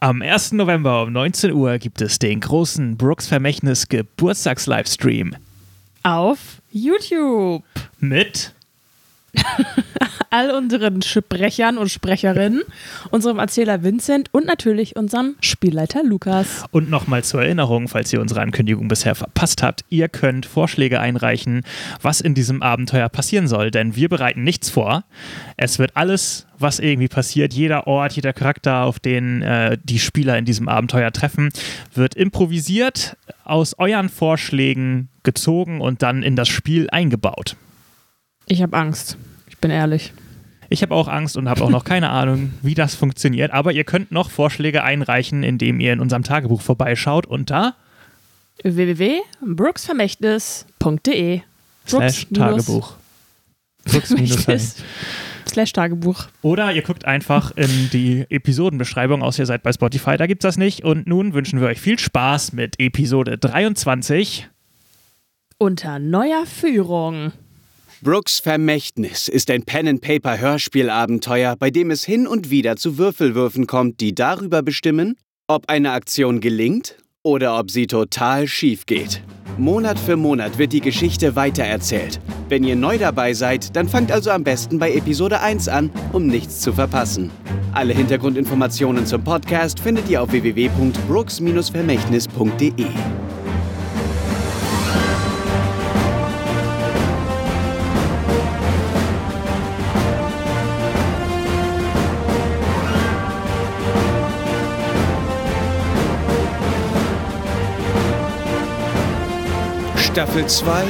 Am 1. November um 19 Uhr gibt es den großen Brooks Vermächtnis Geburtstags-Livestream Auf YouTube. mit All unseren Sprechern und Sprecherinnen, unserem Erzähler Vincent und natürlich unserem Spielleiter Lukas. und nochmal zur Erinnerung, falls ihr unsere Ankündigung bisher verpasst habt, ihr könnt Vorschläge einreichen, was in diesem Abenteuer passieren soll, denn wir bereiten nichts vor. Es wird alles, was irgendwie passiert, jeder Ort, jeder Charakter, auf den äh, die Spieler in diesem Abenteuer treffen, wird improvisiert aus euren Vorschlägen gezogen und dann in das Spiel eingebaut. Ich habe Angst. Ich bin ehrlich. Ich habe auch Angst und habe auch noch keine Ahnung, wie das funktioniert. Aber ihr könnt noch Vorschläge einreichen, indem ihr in unserem Tagebuch vorbeischaut unter www.brooksvermächtnis.de slash Tagebuch. Brooks minus Honey. Vermächtnis. Slash Tagebuch. Oder ihr guckt einfach in die Episodenbeschreibung aus, ihr seid bei Spotify, da gibt's das nicht. Und nun wünschen wir euch viel Spaß mit Episode 23. Unter neuer Führung. Brooks Vermächtnis ist ein Pen-and-Paper-Hörspielabenteuer, bei dem es hin und wieder zu Würfelwürfen kommt, die darüber bestimmen, ob eine Aktion gelingt oder ob sie total schief geht. Monat für Monat wird die Geschichte weitererzählt. Wenn ihr neu dabei seid, dann fangt also am besten bei Episode 1 an, um nichts zu verpassen. Alle Hintergrundinformationen zum Podcast findet ihr auf www.brooks-vermächtnis.de. Staffel 2,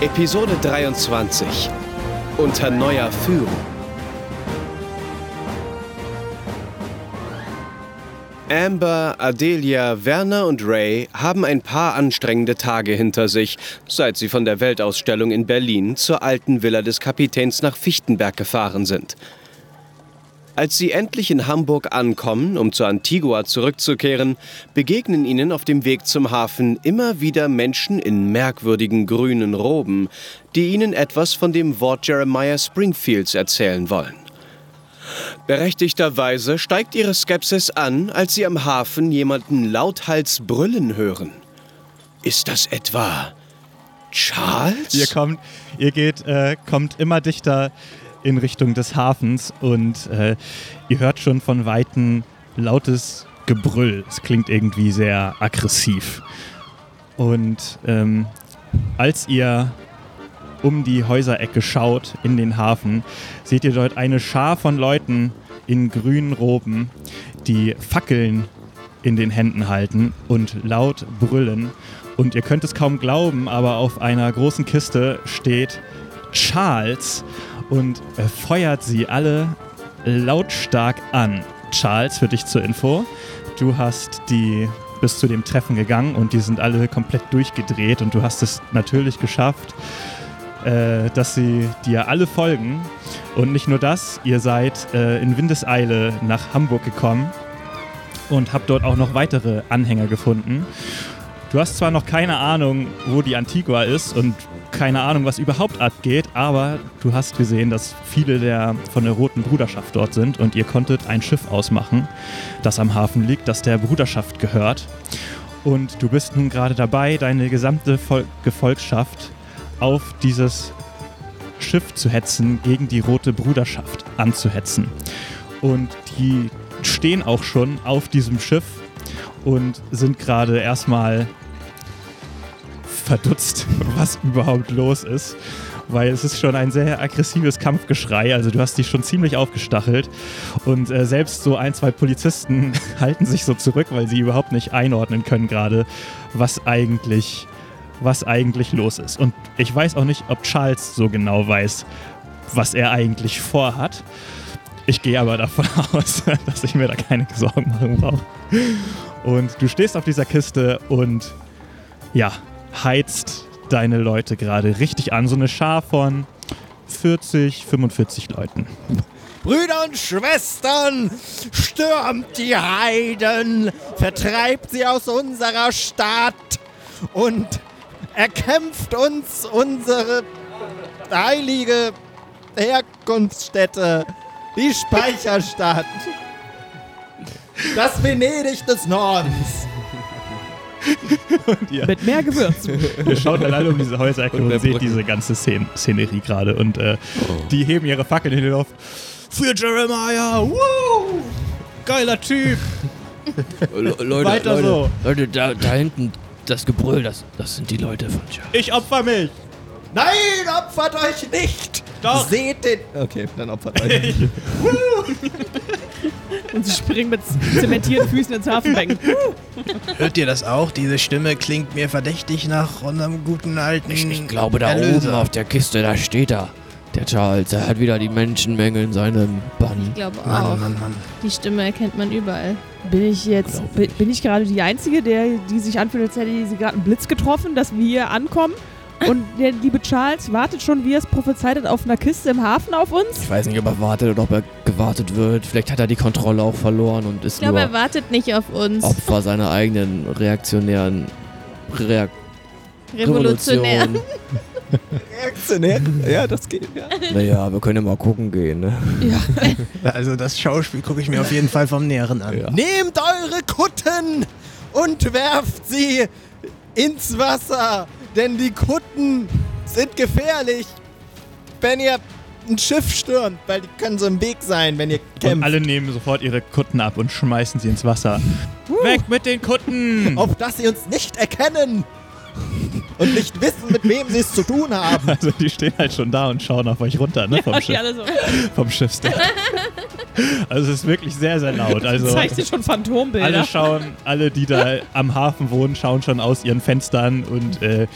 Episode 23. Unter neuer Führung. Amber, Adelia, Werner und Ray haben ein paar anstrengende Tage hinter sich, seit sie von der Weltausstellung in Berlin zur alten Villa des Kapitäns nach Fichtenberg gefahren sind. Als sie endlich in Hamburg ankommen, um zur Antigua zurückzukehren, begegnen ihnen auf dem Weg zum Hafen immer wieder Menschen in merkwürdigen grünen Roben, die ihnen etwas von dem Wort Jeremiah Springfields erzählen wollen. Berechtigterweise steigt ihre Skepsis an, als sie am Hafen jemanden lauthals brüllen hören. Ist das etwa Charles? Ihr kommt, ihr geht, äh, kommt immer dichter in Richtung des Hafens und äh, ihr hört schon von Weitem lautes Gebrüll. Es klingt irgendwie sehr aggressiv. Und ähm, als ihr um die Häuserecke schaut in den Hafen, seht ihr dort eine Schar von Leuten in grünen Roben, die Fackeln in den Händen halten und laut brüllen. Und ihr könnt es kaum glauben, aber auf einer großen Kiste steht Charles und er feuert sie alle lautstark an. Charles, für dich zur Info, du hast die bis zu dem Treffen gegangen und die sind alle komplett durchgedreht und du hast es natürlich geschafft, äh, dass sie dir alle folgen. Und nicht nur das, ihr seid äh, in Windeseile nach Hamburg gekommen und habt dort auch noch weitere Anhänger gefunden. Du hast zwar noch keine Ahnung, wo die Antigua ist und keine Ahnung, was überhaupt abgeht, aber du hast gesehen, dass viele der von der Roten Bruderschaft dort sind und ihr konntet ein Schiff ausmachen, das am Hafen liegt, das der Bruderschaft gehört. Und du bist nun gerade dabei, deine gesamte Vol Gefolgschaft auf dieses Schiff zu hetzen, gegen die Rote Bruderschaft anzuhetzen. Und die stehen auch schon auf diesem Schiff und sind gerade erstmal verdutzt, was überhaupt los ist. Weil es ist schon ein sehr aggressives Kampfgeschrei, also du hast dich schon ziemlich aufgestachelt. Und äh, selbst so ein, zwei Polizisten halten sich so zurück, weil sie überhaupt nicht einordnen können gerade, was eigentlich, was eigentlich los ist. Und ich weiß auch nicht, ob Charles so genau weiß, was er eigentlich vorhat. Ich gehe aber davon aus, dass ich mir da keine Sorgen machen brauche. Und du stehst auf dieser Kiste und ja, heizt deine Leute gerade richtig an. So eine Schar von 40, 45 Leuten. Brüder und Schwestern, stürmt die Heiden, vertreibt sie aus unserer Stadt und erkämpft uns unsere heilige Herkunftsstätte, die Speicherstadt. Das Venedig des Nordens. Mit mehr Gewürz. Ihr schaut alleine um diese Häuserecke Und und, der seht Brücke. Oh. diese ganze Szen Szenerie gerade. Und äh, die heben ihre Fackeln in den Luft. Für Jeremiah! Woo! Geiler Typ! Le Leute, Weiter Leute, so. Leute da, da hinten, das Gebrüll, das, das sind die Leute von Jeremiah. Ich opfer mich! Nein, opfert euch nicht. Doch. Seht den. Okay, dann opfert euch. Und sie springen mit zementierten Füßen ins Hafenbecken. Hört ihr das auch? Diese Stimme klingt mir verdächtig nach unserem guten alten. Ich, Mm, ich glaube, da oben Erlöser. auf der Kiste, da steht er. Der Charles, er hat wieder die Menschenmenge in seinem Bann. Ich glaube auch. Mann, Mann, Mann. Die Stimme erkennt man überall. Bin ich jetzt, bi- bin ich gerade die Einzige, der, die sich anfühlt, als hätte sie gerade einen Blitz getroffen, dass wir hier ankommen? Und der liebe Charles wartet schon, wie er es prophezeit hat, auf einer Kiste im Hafen auf uns? Ich weiß nicht, ob er wartet oder ob er gewartet wird. Vielleicht hat er die Kontrolle auch verloren und ist Ich glaube, er nur wartet nicht auf uns. Opfer seiner eigenen reaktionären Reak Revolutionär. Revolution. Reaktionär. ne? Ja, das geht. Ja. Naja, wir können ja mal gucken gehen, ne? Also das Schauspiel gucke ich mir auf jeden Fall vom Näheren an. Nehmt eure Kutten und werft sie ins Wasser, denn die Kutten sind gefährlich, wenn ihr ein Schiff stürmt, weil die können so im Weg sein, wenn ihr Und kämpft. alle nehmen sofort ihre Kutten ab und schmeißen sie ins Wasser. Weg mit den Kutten! auf dass sie uns nicht erkennen und nicht wissen, mit wem sie es zu tun haben. Also die stehen halt schon da und schauen auf euch runter, ne? Vom, die Schiff, alle so. vom Schiffsdeck. Also es ist wirklich sehr, sehr laut. Also Zeigt sie schon Phantombilder. alle schauen, alle, die da am Hafen wohnen, schauen schon aus ihren Fenstern und äh,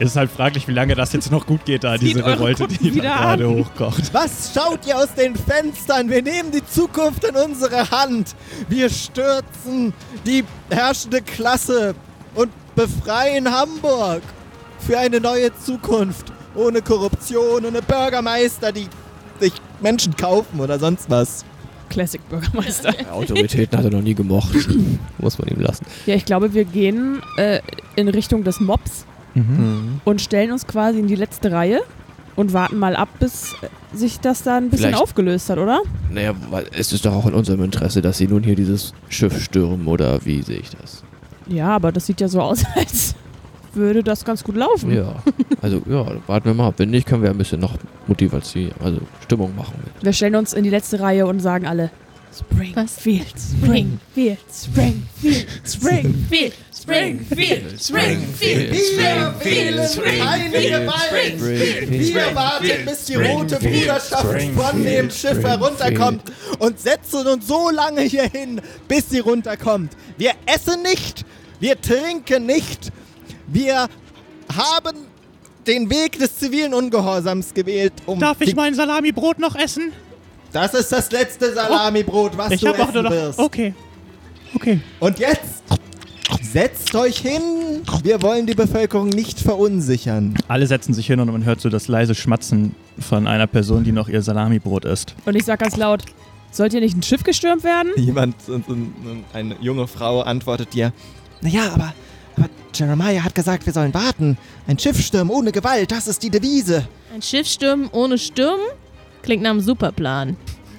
es ist halt fraglich, wie lange das jetzt noch gut geht, da Zieht diese eure Revolte, Kunden die wieder da an. gerade hochkocht. Was schaut ihr aus den Fenstern? Wir nehmen die Zukunft in unsere Hand. Wir stürzen die herrschende Klasse und befreien Hamburg für eine neue Zukunft ohne Korruption, ohne Bürgermeister, die sich Menschen kaufen oder sonst was. Classic Bürgermeister. Autoritäten hat er noch nie gemocht. Muss man ihm lassen. Ja, ich glaube, wir gehen äh, in Richtung des Mobs Mhm. und stellen uns quasi in die letzte Reihe und warten mal ab, bis äh, sich das da ein bisschen Vielleicht- aufgelöst hat, oder? Naja, weil es ist doch auch in unserem Interesse, dass sie nun hier dieses Schiff stürmen, oder wie sehe ich das? Ja, aber das sieht ja so aus, als würde das ganz gut laufen. Ja, also ja, warten wir mal ab. Wenn nicht, können wir ein bisschen noch Motivation, also Stimmung machen. Wir stellen uns in die letzte Reihe und sagen alle Springfield, Springfield, Springfield, Springfield. Springfield, Springfield, Springfield, Springfield, Einige Meilen. Wir warten, bis die rote Bruderschaft von dem Schiff herunterkommt und setzen uns so lange hier hin, bis sie runterkommt. Wir essen nicht, wir trinken nicht, wir haben den Weg des zivilen Ungehorsams gewählt. Um Darf ich die- mein Salamibrot noch essen? Das ist das letzte Salamibrot, was Ich du habe essen auch nur noch. oh. wirst. Okay. Okay. Und jetzt setzt euch hin. Wir wollen die Bevölkerung nicht verunsichern. Alle setzen sich hin und man hört so das leise Schmatzen von einer Person, die noch ihr Salamibrot isst. Und ich sag ganz laut, sollt ihr nicht ein Schiff gestürmt werden? Jemand, so- so- eine junge Frau antwortet dir, naja, aber, aber Jeremiah hat gesagt, wir sollen warten. Ein Schiff stürmen ohne Gewalt, das ist die Devise. Ein Schiff stürmen ohne Stürmen? Klingt nach einem Superplan.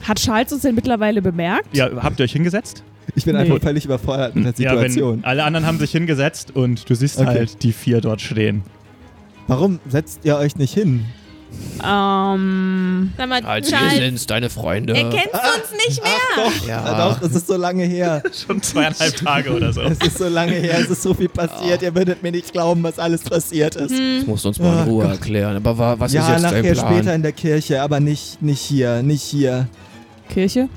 Hat Charles uns denn mittlerweile bemerkt? Ja, habt ihr euch hingesetzt? Ich bin Nee. einfach völlig überfordert mit der Ja, wenn Situation. alle anderen haben sich hingesetzt und du siehst Okay. halt die vier dort stehen. Warum setzt ihr euch nicht hin? Ähm, Sag mal, Als wir äh, Charles, Halt, sind's, deine Freunde. erkennst du uns nicht mehr? Doch, Ja. ja. doch, es ist so lange her. Schon zweieinhalb Tage oder so. Es ist so lange her, es ist so viel passiert. Ihr würdet mir nicht glauben, was alles passiert ist. Das Hm, musst du uns mal in Oh Ruhe Gott. erklären. Aber wa- was ist Ja, jetzt dein nachher Plan? später in der Kirche, aber nicht, nicht hier, nicht hier. Kirche?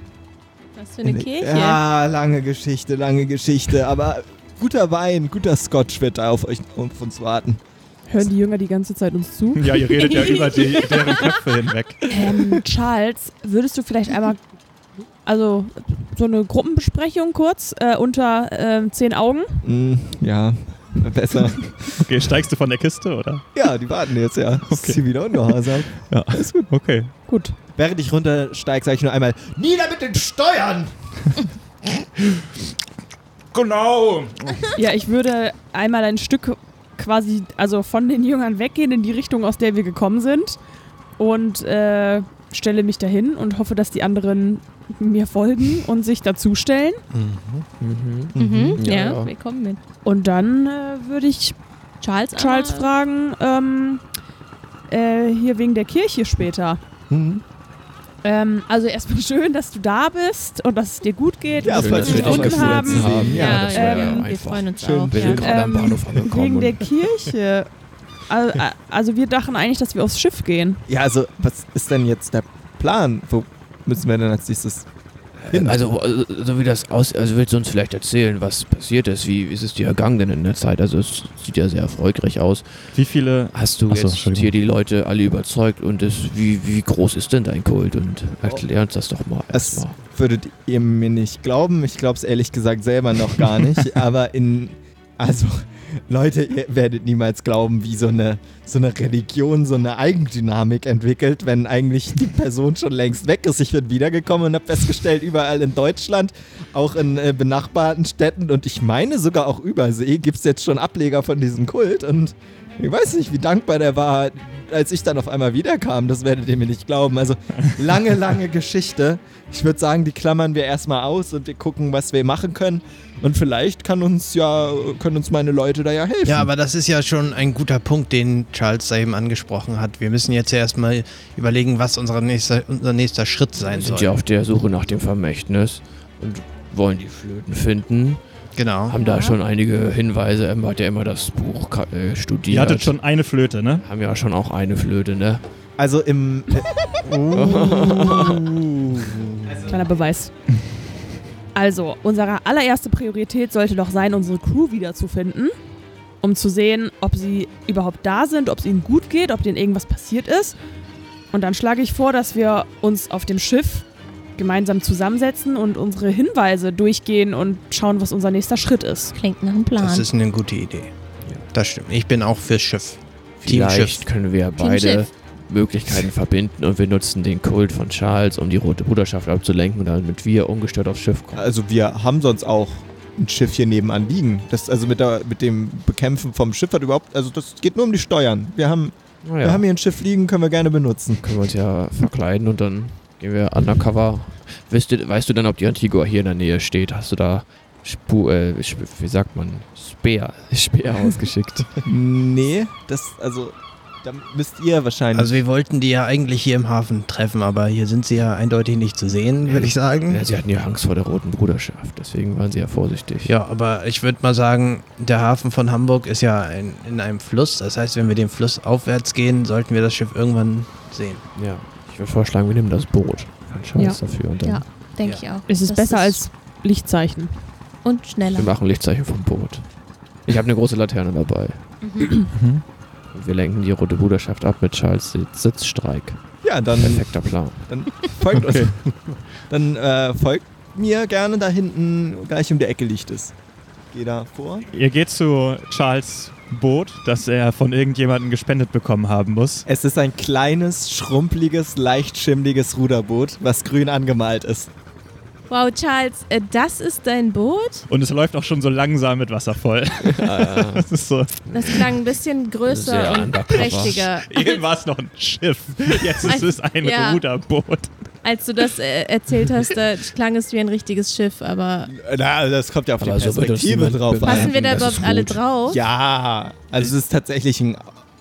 Was für eine Kirche? Ja, lange Geschichte, lange Geschichte, aber guter Wein, guter Scotch wird da auf euch auf uns warten. Hören die Jünger die ganze Zeit uns zu? Ja, ihr redet ja über die, deren Köpfe hinweg. Ähm, Charles, würdest du vielleicht einmal, also so eine Gruppenbesprechung kurz äh, unter ähm, zehn Augen? Mm, ja, besser. Okay, steigst du von der Kiste, oder? ja, die warten jetzt, ja. Okay. Okay. Sie wieder ungehorsam. Ja, ist gut. Okay. Gut. Während ich runtersteige, sage ich nur einmal, nieder mit den Steuern! Genau. Ja, ich würde einmal ein Stück quasi, also von den Jüngern weggehen in die Richtung, aus der wir gekommen sind und äh, stelle mich dahin und hoffe, dass die anderen mir folgen und sich dazustellen. Mhm. Mhm. Ja, Ja, ja. wir kommen mit. Und dann äh, würde ich Charles, Charles einmal- fragen, ähm, äh, hier wegen der Kirche später. Mhm. Ähm, also erstmal schön, dass du da bist und dass es dir gut geht. Ja, und falls dass wir wir dich dich gefunden haben. gefunden haben. Ja, Ja, das ja, wäre ähm, ja wir einfach. freuen uns Schön, auch. Wir sind Ja. gerade am Ähm, Bahnhof Wegen angekommen. der und- Kirche. Also, äh, also wir dachten eigentlich, dass wir aufs Schiff gehen. Ja, also, was ist denn jetzt der Plan? Wo müssen wir denn als nächstes hin? Also, also, so wie das aus, also willst du uns vielleicht erzählen, was passiert ist? Wie ist es dir ergangen denn in der Zeit? Also, es sieht ja sehr erfolgreich aus. Wie viele Hast du Ach so, jetzt Entschuldigung. hier die Leute alle überzeugt und es, wie, wie groß ist denn dein Kult? Und erklär uns das doch mal Es- erstmal. würdet ihr mir nicht glauben. Ich glaube es ehrlich gesagt selber noch gar nicht. aber in. Also, Leute, ihr werdet niemals glauben, wie so eine, so eine Religion so eine Eigendynamik entwickelt, wenn eigentlich die Person schon längst weg ist. Ich bin wiedergekommen und habe festgestellt, überall in Deutschland, auch in äh, benachbarten Städten und ich meine sogar auch übersee, gibt es jetzt schon Ableger von diesem Kult. Und ich weiß nicht, wie dankbar der war, als ich dann auf einmal wiederkam. Das werdet ihr mir nicht glauben. Also, lange, lange Geschichte. Ich würde sagen, die klammern wir erstmal aus und wir gucken, was wir machen können. Und vielleicht kann uns ja, können uns meine Leute da ja helfen. Ja, aber das ist ja schon ein guter Punkt, den Charles da eben angesprochen hat. Wir müssen jetzt ja erstmal überlegen, was unser nächster, unser nächster Schritt sein Wir sind soll. ja auf der Suche nach dem Vermächtnis und wollen die Flöten finden. Genau. Haben da schon einige Hinweise. Emma hat ja immer das Buch ka- äh, studiert. Ihr hattet schon eine Flöte, ne? Haben ja schon auch eine Flöte, ne? Also im. Äh, oh. Kleiner Beweis. Also, unsere allererste Priorität sollte doch sein, unsere Crew wiederzufinden, um zu sehen, ob sie überhaupt da sind, ob es ihnen gut geht, ob denen irgendwas passiert ist. Und dann schlage ich vor, dass wir uns auf dem Schiff gemeinsam zusammensetzen und unsere Hinweise durchgehen und schauen, was unser nächster Schritt ist. Klingt nach einem Plan. Das ist eine gute Idee. Das stimmt. Ich bin auch fürs Schiff. Team Vielleicht Schiff. können wir Team beide Schiff. Möglichkeiten verbinden und wir nutzen den Kult von Charles, um die Rote Bruderschaft abzulenken, damit wir ungestört aufs Schiff kommen. Also wir haben sonst auch ein Schiff hier nebenan liegen. Das also mit, der, mit dem Bekämpfen vom Schiff hat überhaupt. Also das geht nur um die Steuern. Wir haben, Naja, wir haben hier ein Schiff liegen, können wir gerne benutzen. können wir uns ja verkleiden und dann gehen wir undercover. Weißt du, weißt du dann, ob die Antigua hier in der Nähe steht? Hast du da Spu äh, Sp- wie sagt man? Speer. Speer ausgeschickt. Nee, das, also, da müsst ihr wahrscheinlich. Also wir wollten die ja eigentlich hier im Hafen treffen, aber hier sind sie ja eindeutig nicht zu sehen, würde ich sagen. ja, sie hatten ja Angst vor der Roten Bruderschaft, deswegen waren sie ja vorsichtig. Ja, aber ich würde mal sagen, der Hafen von Hamburg ist ja ein, in einem Fluss. Das heißt, wenn wir den Fluss aufwärts gehen, sollten wir das Schiff irgendwann sehen. ja. Ich würde vorschlagen, wir nehmen das Boot. Dann Charles dafür und dann Ja. Denke ich auch. Es ist Das besser als Lichtzeichen. Und Wir schneller. machen Lichtzeichen vom Boot. Ich habe eine große Laterne dabei. Mhm. Und wir lenken die Rote Bruderschaft ab mit Charles Sitz- Sitzstreik. ja, dann Perfekter Plan. folgt uns. Dann äh, folgt mir gerne da hinten, gleich um die Ecke liegt es. Geh da vor. Ihr geht zu Charles Boot, das er von irgendjemandem gespendet bekommen haben muss. Es ist ein kleines, schrumpeliges, leicht schimmliges Ruderboot, was grün angemalt ist. Wow, Charles, äh, das ist dein Boot? Und es läuft auch schon so langsam mit Wasser voll. Ah, das ist so. Das klang ein bisschen Sehr größer und undercover. prächtiger, Eben war es noch ein Schiff. Jetzt ist es ein Ja. Ruderboot. Als du das äh, erzählt hast, da klang es wie ein richtiges Schiff, aber Na, das kommt ja auf Aber die so wird uns Perspektive niemand drauf bemerken. an. passen wir das da ist überhaupt alle gut. drauf? Ja, also es ist tatsächlich ein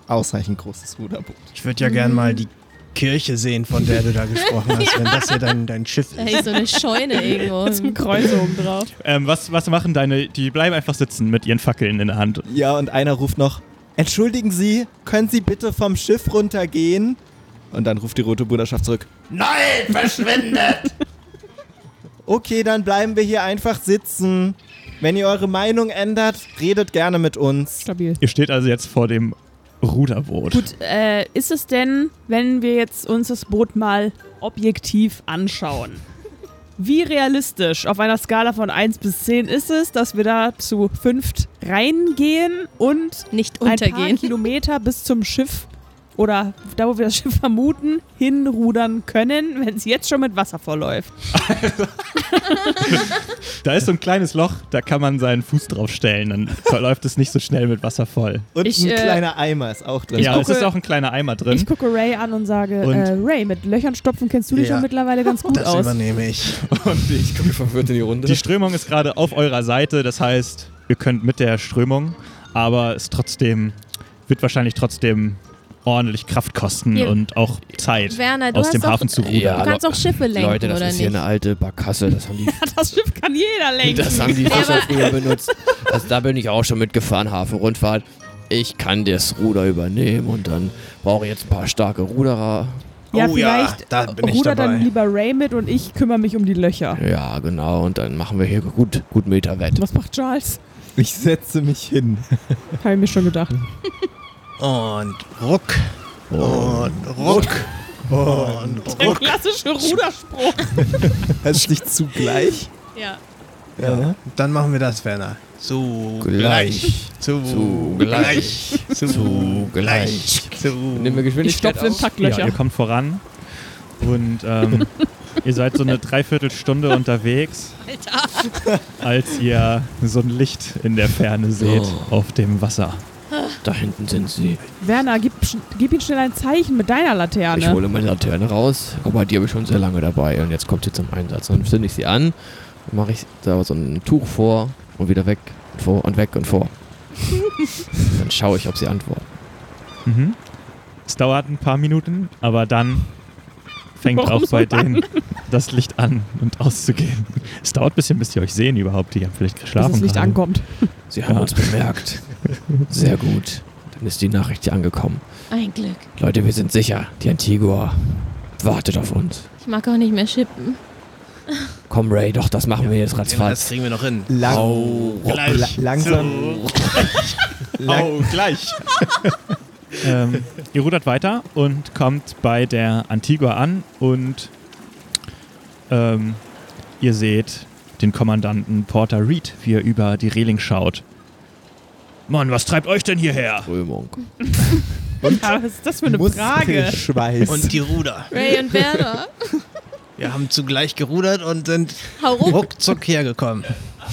ausreichend großes Ruderboot. Ich würde ja gern Mhm. mal die Kirche sehen, von der du da gesprochen hast, wenn das hier dein, dein Schiff Da ist. ist so eine Scheune irgendwo. Kreuz oben drauf. Ähm, was, was machen deine. Die bleiben einfach sitzen mit ihren Fackeln in der Hand. Ja, und einer ruft noch, entschuldigen Sie, können Sie bitte vom Schiff runtergehen? Und dann ruft die Rote Bruderschaft zurück, Nein, verschwindet! okay, dann bleiben wir hier einfach sitzen. Wenn ihr eure Meinung ändert, redet gerne mit uns. Stabil. Ihr steht also jetzt vor dem Ruderboot. Gut, äh, ist es denn, wenn wir jetzt uns das Boot mal objektiv anschauen? Wie realistisch auf einer Skala von 1 bis 10 ist es, dass wir da zu fünft reingehen und Nicht ein paar untergehen. Kilometer bis zum Schiff oder da, wo wir das Schiff vermuten, hinrudern können, wenn es jetzt schon mit Wasser vorläuft? Da ist so ein kleines Loch, da kann man seinen Fuß draufstellen, dann verläuft es nicht so schnell mit Wasser voll. Und Ich, ein äh, kleiner Eimer ist auch drin. Oh, ja, es gucke- ist auch ein kleiner Eimer drin. Ich gucke Ray an und sage, Und- äh, Ray, mit Löchern stopfen kennst du dich Ja. schon mittlerweile ganz gut Das aus. übernehme ich. Und ich Komm, verwirrt in die Runde. Die Strömung ist gerade auf eurer Seite, das heißt, ihr könnt mit der Strömung, aber es trotzdem wird wahrscheinlich trotzdem ordentlich Kraft kosten Hier. und auch Zeit Werner, du aus hast dem doch- Hafen zu rudern. Ja, Du kannst auch Schiffe lenken, Leute, das oder ist nicht? hier eine alte Barkasse. Das haben die, Das Schiff kann jeder lenken. das haben die Fischer früher benutzt. Also da bin ich auch schon mitgefahren, Hafenrundfahrt. Ich kann das Ruder übernehmen und dann brauche ich jetzt ein paar starke Ruderer. ja, Oh ja, vielleicht da äh, bin ich ruder dabei. dann lieber Ray mit und ich kümmere mich um die Löcher. Ja, genau. Und dann machen wir hier gut, gut Meter wett. Was macht Charles? Ich setze mich hin. Habe ich mir schon gedacht. Und ruck. Und ruck. Und Der ruck. klassische Ruderspruch. Hörst dich zugleich? Ja. Ja. Dann machen wir das, Werner. Zugleich. Gleich. Zugleich. Zugleich. Nehmen wir Ich Geschwindigkeit stopfe im auf. Takt Ja, Löcher. ihr kommt voran und ähm, ihr seid so eine Dreiviertelstunde unterwegs, als ihr so ein Licht in der Ferne seht Oh. auf dem Wasser. Da hinten sind sie. Werner, gib, sch- gib ihm schnell ein Zeichen mit deiner Ich Laterne. hole meine Laterne raus, aber die habe ich schon sehr lange dabei und jetzt kommt sie zum Einsatz. Dann zünde ich sie an, dann mache ich da so ein Tuch vor und wieder weg und vor und weg und vor. dann schaue ich, ob sie antworten. Mhm. Es dauert ein paar Minuten, aber dann fängt Warum auch bei so lange? denen das Licht an und auszugehen. Es dauert ein bisschen, bis die euch sehen überhaupt. Die haben vielleicht Bis geschlafen. das Licht gerade. ankommt. Sie haben Ja. uns bemerkt. Sehr gut. Dann ist die Nachricht hier angekommen. Ein Glück. Leute, wir sind sicher. Die Antigua wartet auf uns. Ich mag auch nicht mehr schippen. Komm, Ray, doch, das machen wir jetzt Das ratzfatz. kriegen wir noch hin. Lang Au, la langsam. Lang gleich. ähm, ihr rudert weiter und kommt bei der Antigua an und ähm, ihr seht den Kommandanten Porter Reed, wie er über die Reling schaut. Mann, was treibt euch denn hierher? Strömung. Ja, was ist das für eine Frage? Muskelschweiß. Und die Ruder. Ray und Werner. Wir haben zugleich gerudert und sind Hau rum. ruckzuck hergekommen.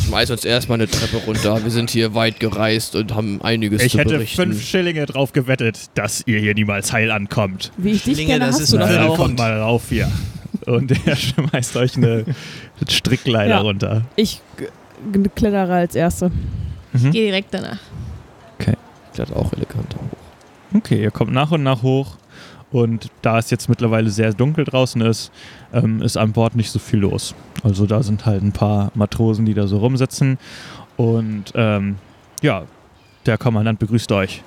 Schmeiß uns erstmal eine Treppe runter. Wir sind hier weit gereist und haben einiges Ich zu hätte berichten. fünf Schillinge drauf gewettet, dass ihr hier niemals heil ankommt. Wie ich dich Schlinge, kenne, das hast ist du eine das Frage. Dann auch. kommt mal rauf hier. Und er schmeißt euch eine Strickleiter Ja. runter. Ich g- g- klettere als Erste. Geh direkt danach. Klettert auch elegant hoch. Okay, ihr kommt nach und nach hoch. Und da es jetzt mittlerweile sehr dunkel draußen ist, ähm, ist an Bord nicht so viel los. Also da sind halt ein paar Matrosen, die da so rumsitzen. Und ähm, ja, der Kommandant begrüßt euch.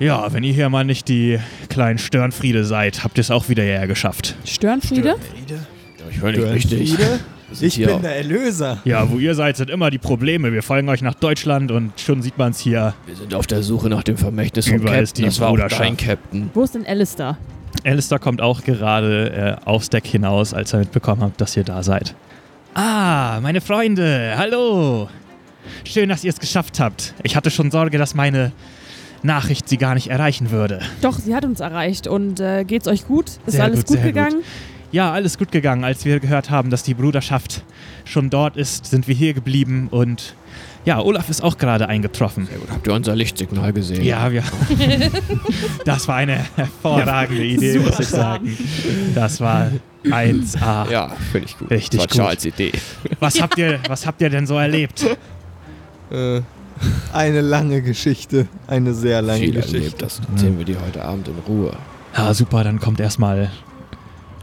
Ja, wenn ihr hier mal nicht die kleinen Störenfriede seid, habt ihr es auch wieder hierher geschafft. Störenfriede? Ich höre nicht richtig. Friede? Wir sind Ich hier bin der Erlöser. Ja, wo ihr seid, sind immer die Probleme. Wir folgen euch nach Deutschland und schon sieht man es hier. Wir sind auf der Suche nach dem Vermächtnis von Überall Captain. ist die das war auch Bruderschaft. dein Captain. Wo ist denn Alistair? Alistair kommt auch gerade äh, aufs Deck hinaus, als er mitbekommen hat, dass ihr da seid. Ah, meine Freunde, hallo. Schön, dass ihr es geschafft habt. Ich hatte schon Sorge, dass meine Nachricht sie gar nicht erreichen würde. Doch, sie hat uns erreicht. Und äh, geht's euch gut? Ist Sehr alles gut, gut, sehr gut. gegangen? Ja, alles gut gegangen. Als wir gehört haben, dass die Bruderschaft schon dort ist, sind wir hier geblieben und ja, Olaf ist auch gerade eingetroffen. Sehr gut. Habt ihr unser Lichtsignal gesehen? Ja, wir. das war eine hervorragende Idee, muss ich sagen. Das war 1A. Ja, finde ich gut. Richtig das war gut. Charles Idee. Was habt ihr, was habt ihr denn so erlebt? Eine lange Geschichte. Eine sehr lange Viel Geschichte. erlebt. Das erzählen wir dir heute Abend in Ruhe. Ja, super, dann kommt erstmal.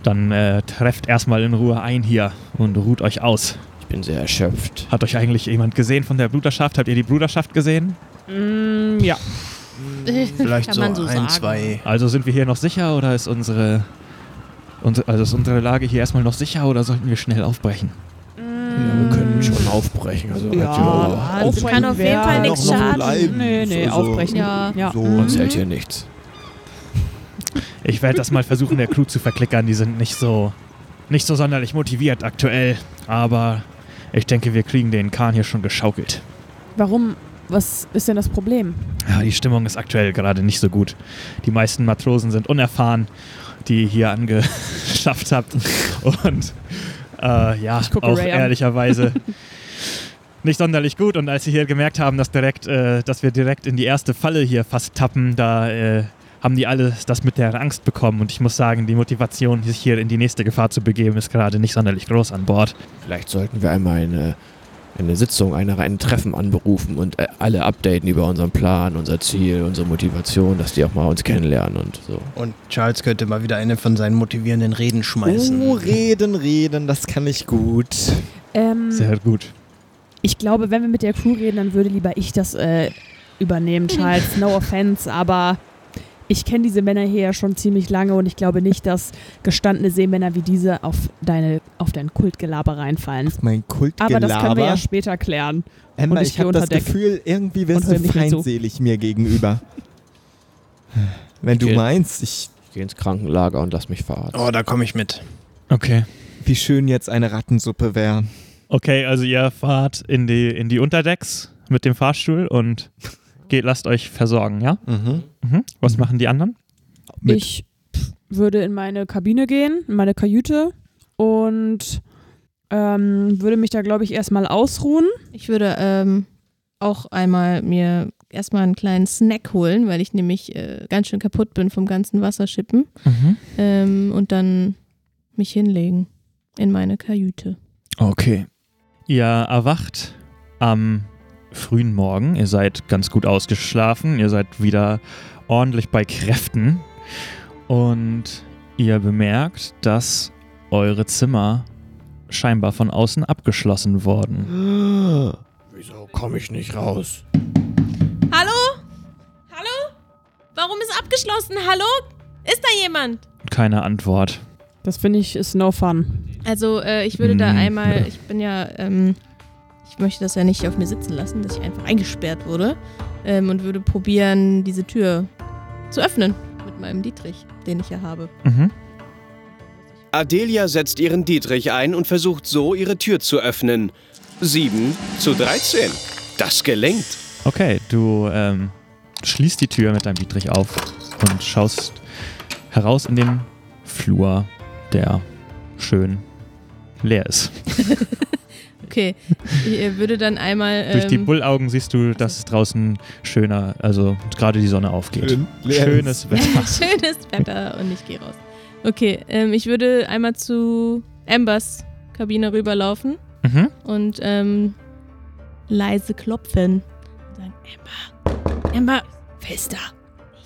Dann äh, trefft erstmal in Ruhe ein hier und ruht euch aus. Ich bin sehr erschöpft. Hat euch eigentlich jemand gesehen von der Bruderschaft? Habt ihr die Bruderschaft gesehen? Mm, ja. Vielleicht Kann so, man so ein, sagen. zwei. Also sind wir hier noch sicher oder ist unsere. unsere- Also ist unsere Lage hier erstmal noch sicher oder sollten wir schnell aufbrechen? Ja, wir können schon aufbrechen. Also ja. also das kann auf jeden Fall wär- nichts Noch- noch schaden. bleiben. Nee, nee, So- so- aufbrechen. Ja. ja. Mhm. uns So. hält hier nichts. Ich werde das mal versuchen, der Crew zu verklickern. Die sind nicht so. nicht so sonderlich motiviert aktuell. Aber ich denke, wir kriegen den Kahn hier schon geschaukelt. Warum? Was ist denn das Problem? Ja, die Stimmung ist aktuell gerade nicht so gut. Die meisten Matrosen sind unerfahren, die ihr hier angeschafft habt. Und äh, ja, gucke auch Ray an. ehrlicherweise nicht sonderlich gut. Und als sie hier gemerkt haben, dass, direkt, äh, dass wir direkt in die erste Falle hier fast tappen, da äh, haben die alle das mit der Angst bekommen. Und ich muss sagen, die Motivation, sich hier in die nächste Gefahr zu begeben, ist gerade nicht sonderlich groß an Bord. Vielleicht sollten wir einmal eine, eine Sitzung, eine, ein Treffen anberufen und äh, alle updaten über unseren Plan, unser Ziel, unsere Motivation, dass die auch mal uns kennenlernen und so. Und Charles könnte mal wieder eine von seinen motivierenden Reden schmeißen. Oh, reden, reden, das kann ich gut. Ähm, Sehr gut. Ich glaube, wenn wir mit der Crew reden, dann würde lieber ich das äh, übernehmen, Charles. No offense, aber ich kenne diese Männer hier ja schon ziemlich lange und ich glaube nicht, dass gestandene Seemänner wie diese auf, deine, auf dein Kultgelaber reinfallen. Mein Kultgelaber. Aber das können wir ja später klären. Emma, und ich ich geh habe unter das Deck. Gefühl, irgendwie wirst Und hör du nicht mehr zu. feindselig mir gegenüber. Wenn du Okay. meinst, ich, Ich gehe ins Krankenlager und lass mich verarzen. Oh, da komme ich mit. Okay. wie schön jetzt eine Rattensuppe wäre. Okay, also ihr fahrt in die, in die Unterdecks mit dem Fahrstuhl und geht, lasst euch versorgen, ja? Mhm. Mhm. Was machen die anderen? Mit- Ich pff, würde in meine Kabine gehen, in meine Kajüte und ähm, würde mich da, glaube ich, erstmal ausruhen. Ich würde ähm, auch einmal mir erstmal einen kleinen Snack holen, weil ich nämlich äh, ganz schön kaputt bin vom ganzen Wasserschippen. Mhm. Ähm, und dann mich hinlegen in meine Kajüte. Okay. Ihr erwacht am frühen Morgen. Ihr seid ganz gut ausgeschlafen. Ihr seid wieder ordentlich bei Kräften. Und ihr bemerkt, dass eure Zimmer scheinbar von außen abgeschlossen wurden. Wieso komme ich nicht raus? Hallo? Hallo? Warum ist abgeschlossen? Hallo? Ist da jemand? Keine Antwort. Das finde ich ist no fun. Also äh, ich würde da Mm, einmal, ja. ich bin ja, ähm, ich möchte das ja nicht auf mir sitzen lassen, dass ich einfach eingesperrt wurde ähm, und würde probieren, diese Tür zu öffnen mit meinem Dietrich, den ich ja habe. Mhm. Adelia setzt ihren Dietrich ein und versucht so, ihre Tür zu öffnen. 7 zu 13. Das gelingt. Okay, du ähm, schließt die Tür mit deinem Dietrich auf und schaust heraus in den Flur, der schön leer ist. Okay, ich äh, würde dann einmal ähm, Durch die Bullaugen siehst du, dass es draußen schöner, also gerade die Sonne aufgeht. Schönes Wetter. schönes Wetter und ich gehe raus. Okay, ähm, ich würde einmal zu Ambers Kabine rüberlaufen Mhm. und ähm, leise klopfen. Und sagen, Amber, Amber, wer ist da?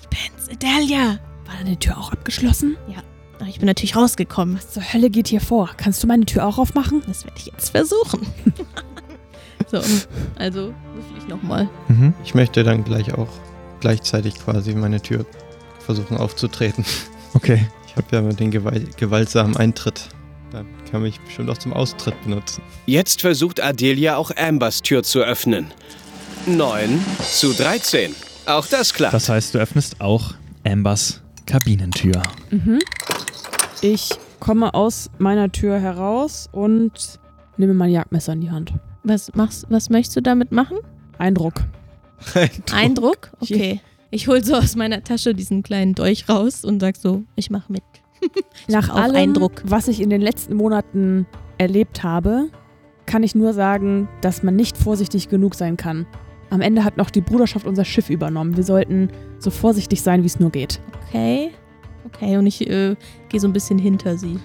Ich bin's, Adelia. War deine Tür auch abgeschlossen? Aber Ah, ich bin natürlich rausgekommen. Was zur Hölle geht hier vor? Kannst du meine Tür auch aufmachen? Das werde ich jetzt versuchen. so, also würfel ich nochmal. Mhm. Ich möchte dann gleich auch gleichzeitig quasi meine Tür versuchen aufzutreten. Okay. Ich habe ja immer den gewal- gewaltsamen Eintritt. Da kann mich bestimmt auch zum Austritt benutzen. Jetzt versucht Adelia auch Ambers Tür zu öffnen. 9 zu 13. Auch das klappt. Das heißt, du öffnest auch Ambers Kabinentür. Mhm. Ich komme aus meiner Tür heraus und nehme mein Jagdmesser in die Hand. Was, machst, was möchtest du damit machen? Eindruck. Eindruck? Okay. Ich hole so aus meiner Tasche diesen kleinen Dolch raus und sag so, ich mache mit. Nach brauch allem, Eindruck. was ich in den letzten Monaten erlebt habe, kann ich nur sagen, dass man nicht vorsichtig genug sein kann. Am Ende hat noch die Bruderschaft unser Schiff übernommen. Wir sollten so vorsichtig sein, wie es nur geht. Okay. Okay, und ich äh, gehe so ein bisschen hinter sie.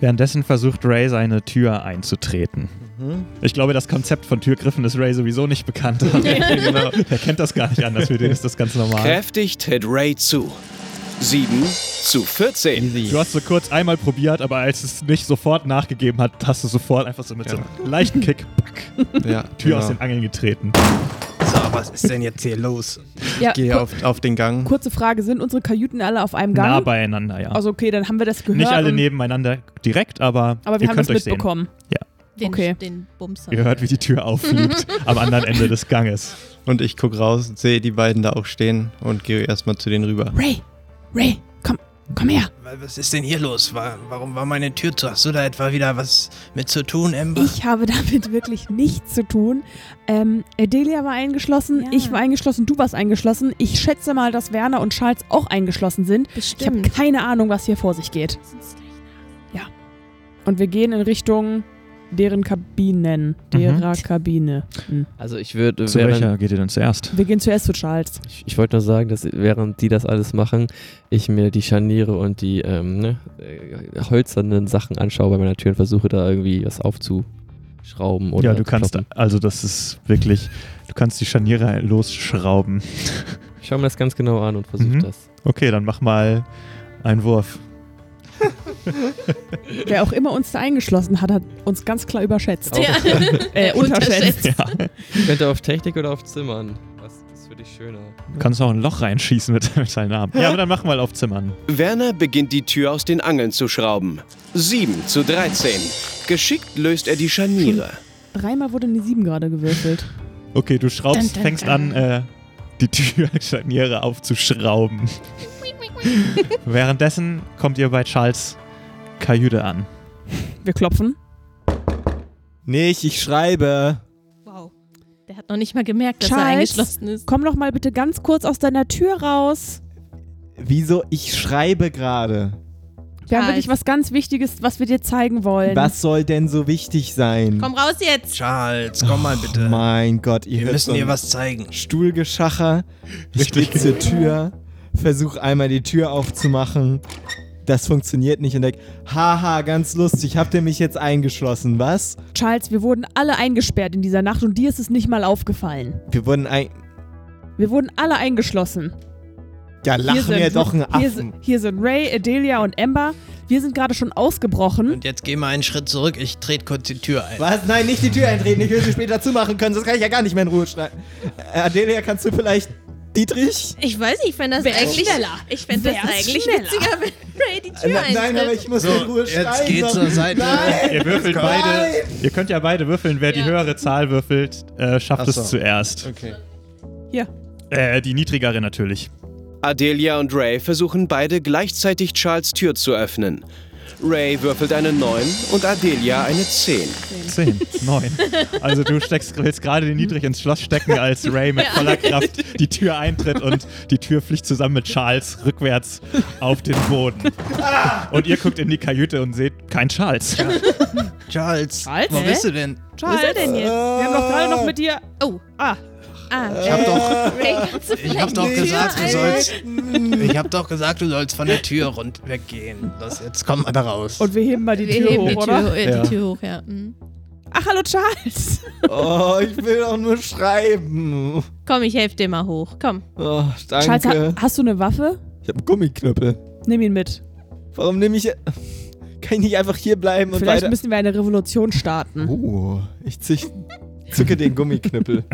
Währenddessen versucht Ray seine Tür einzutreten. Ich glaube, das Konzept von Türgriffen ist Ray sowieso nicht bekannt. genau. Er kennt das gar nicht anders. Für den ist das ganz normal. Kräftig tritt Ray zu. 7 zu 14. Du hast so kurz einmal probiert, aber als es nicht sofort nachgegeben hat, hast du sofort einfach so mit so einem leichten Kick pack, Tür Ja, genau. aus den Angeln getreten. So, was ist denn jetzt hier los? Ja, Gehe auf, auf den Gang. kurze Frage, sind unsere Kajüten alle auf einem Gang? Nah beieinander, ja. also okay, dann haben wir das gehört. nicht alle und- nebeneinander direkt, aber, aber wir ihr haben könnt das euch sehen. mitbekommen. Den, Okay. den Bums. Ihr hört, wie die Tür auffliegt am anderen Ende des Ganges. Und ich gucke raus, sehe die beiden da auch stehen und gehe erstmal zu denen rüber. Ray, Ray, komm, komm her. Was ist denn hier los? Wa- Warum war meine Tür zu? Hast du da etwa wieder was mit zu tun, Äh. Ember? Ich habe damit wirklich nichts zu tun. Ähm, Adelia war eingeschlossen, Ja. ich war eingeschlossen, du warst eingeschlossen. Ich schätze mal, dass Werner und Charles auch eingeschlossen sind. Ich habe Bestimmt. keine Ahnung, was hier vor sich geht. Und wir gehen in Richtung deren Kabinen. Derer Kabine. Hm. Also ich würde, Zu während- welcher geht ihr denn zuerst? Wir gehen zuerst zu Charles. ich, ich wollte nur sagen, dass während die das alles machen, ich mir die Scharniere und die ähm, ne, äh, hölzernen Sachen anschaue bei meiner Tür und versuche da irgendwie was aufzuschrauben oder Ja, du zu kannst, kloppen. also das ist wirklich, du kannst die Scharniere losschrauben. Ich schaue mir das ganz genau an und versuche Mhm. das. Okay, dann mach mal einen Wurf. Wer auch immer uns da eingeschlossen hat, hat uns ganz klar überschätzt. Ja. Äh, unterschätzt. Ja. Könnte auf Technik oder auf Zimmern. Was ist für dich schöner? Du kannst auch ein Loch reinschießen mit, mit deinem Arm. Ja, aber dann mach mal auf Zimmern. Werner beginnt die Tür aus den Angeln zu schrauben. 7 zu 13. Geschickt löst er die Scharniere. Dreimal wurde eine 7 gerade gewürfelt. Okay, du schraubst, Dun, dun, fängst an, dun. äh, die Türscharniere aufzuschrauben. Währenddessen kommt ihr bei Charles Kajüde an. Wir klopfen. Nicht, ich schreibe. Wow. Der hat noch nicht mal gemerkt, dass er Charles? eingeschlossen ist. Komm doch mal bitte ganz kurz aus deiner Tür raus. Wieso? Ich schreibe gerade. Wir haben Charles. wirklich was ganz Wichtiges, was wir dir zeigen wollen. Was soll denn so wichtig sein? Komm raus jetzt! Charles, komm mal bitte. Mein Gott, ihr Wir hört müssen so dir ein was zeigen. Stuhlgeschacher, Richtig. spitze Tür, versuch einmal die Tür aufzumachen. Das funktioniert nicht und denk, haha, ganz lustig, habt ihr mich jetzt eingeschlossen, was? Charles, wir wurden alle eingesperrt in dieser Nacht und dir ist es nicht mal aufgefallen. Wir wurden ein... Wir wurden alle eingeschlossen. Ja, lach mir doch einen hier, Affen. sind, hier sind Ray, Adelia und Amber. Wir sind gerade schon ausgebrochen. Und jetzt geh mal einen Schritt zurück. Ich trete kurz die Tür ein. Was? Nein, nicht die Tür eintreten, ich will sie später zumachen können, sonst kann ich ja gar nicht mehr in Ruhe schreiben. Äh, Adelia, kannst du vielleicht Dietrich? Ich weiß nicht, ich fände das Wär's eigentlich. schneller. Ich fände das Wär's eigentlich schneller. witziger, wenn Ray die Tür Äh, nein, aber eintritt. ich muss in Ruhe schreiben. Jetzt geh zur sonst- Seite. Nein! Ihr würfelt beide. Ihr könnt ja beide würfeln. Wer die Ja. höhere Zahl würfelt, äh, schafft Ach so. es zuerst. Okay. Äh, die niedrigere natürlich. Adelia und Ray versuchen beide gleichzeitig Charles Tür zu öffnen. Ray würfelt eine 9 und Adelia eine 10. Zehn, neun. Also du steckst, willst gerade den Niedrig ins Schloss stecken, als Ray mit voller Kraft die Tür eintritt und die Tür fliegt zusammen mit Charles rückwärts auf den Boden. Und ihr guckt in die Kajüte und seht kein Charles. Charles, Charles? wo Hä? bist du denn? Charles, ist er denn jetzt? wir haben doch gerade noch mit dir. Oh, Ah, ah, Ich Äh, hab doch, Ray, kannst du ich hab vielleicht doch die gesagt, Tür du ein- sollst. Ich hab doch gesagt, du sollst von der Tür rund weggehen. Das, jetzt komm mal da raus. und wir heben mal die Wir Tür heben hoch, die Tür, oder? äh, Ja. die Tür hoch, ja. Mhm. Ach, hallo Charles. Oh, ich will doch nur schreiben. Komm, ich helfe dir mal hoch. Komm. Oh, danke. Charles, ha hast du eine Waffe? ich habe einen Gummiknüppel. Nimm ihn mit. Warum nehme ich. Kann ich nicht einfach hier bleiben und Vielleicht weiter. müssen wir eine Revolution starten. Uh. Oh, ich züch, zücke den Gummiknüppel.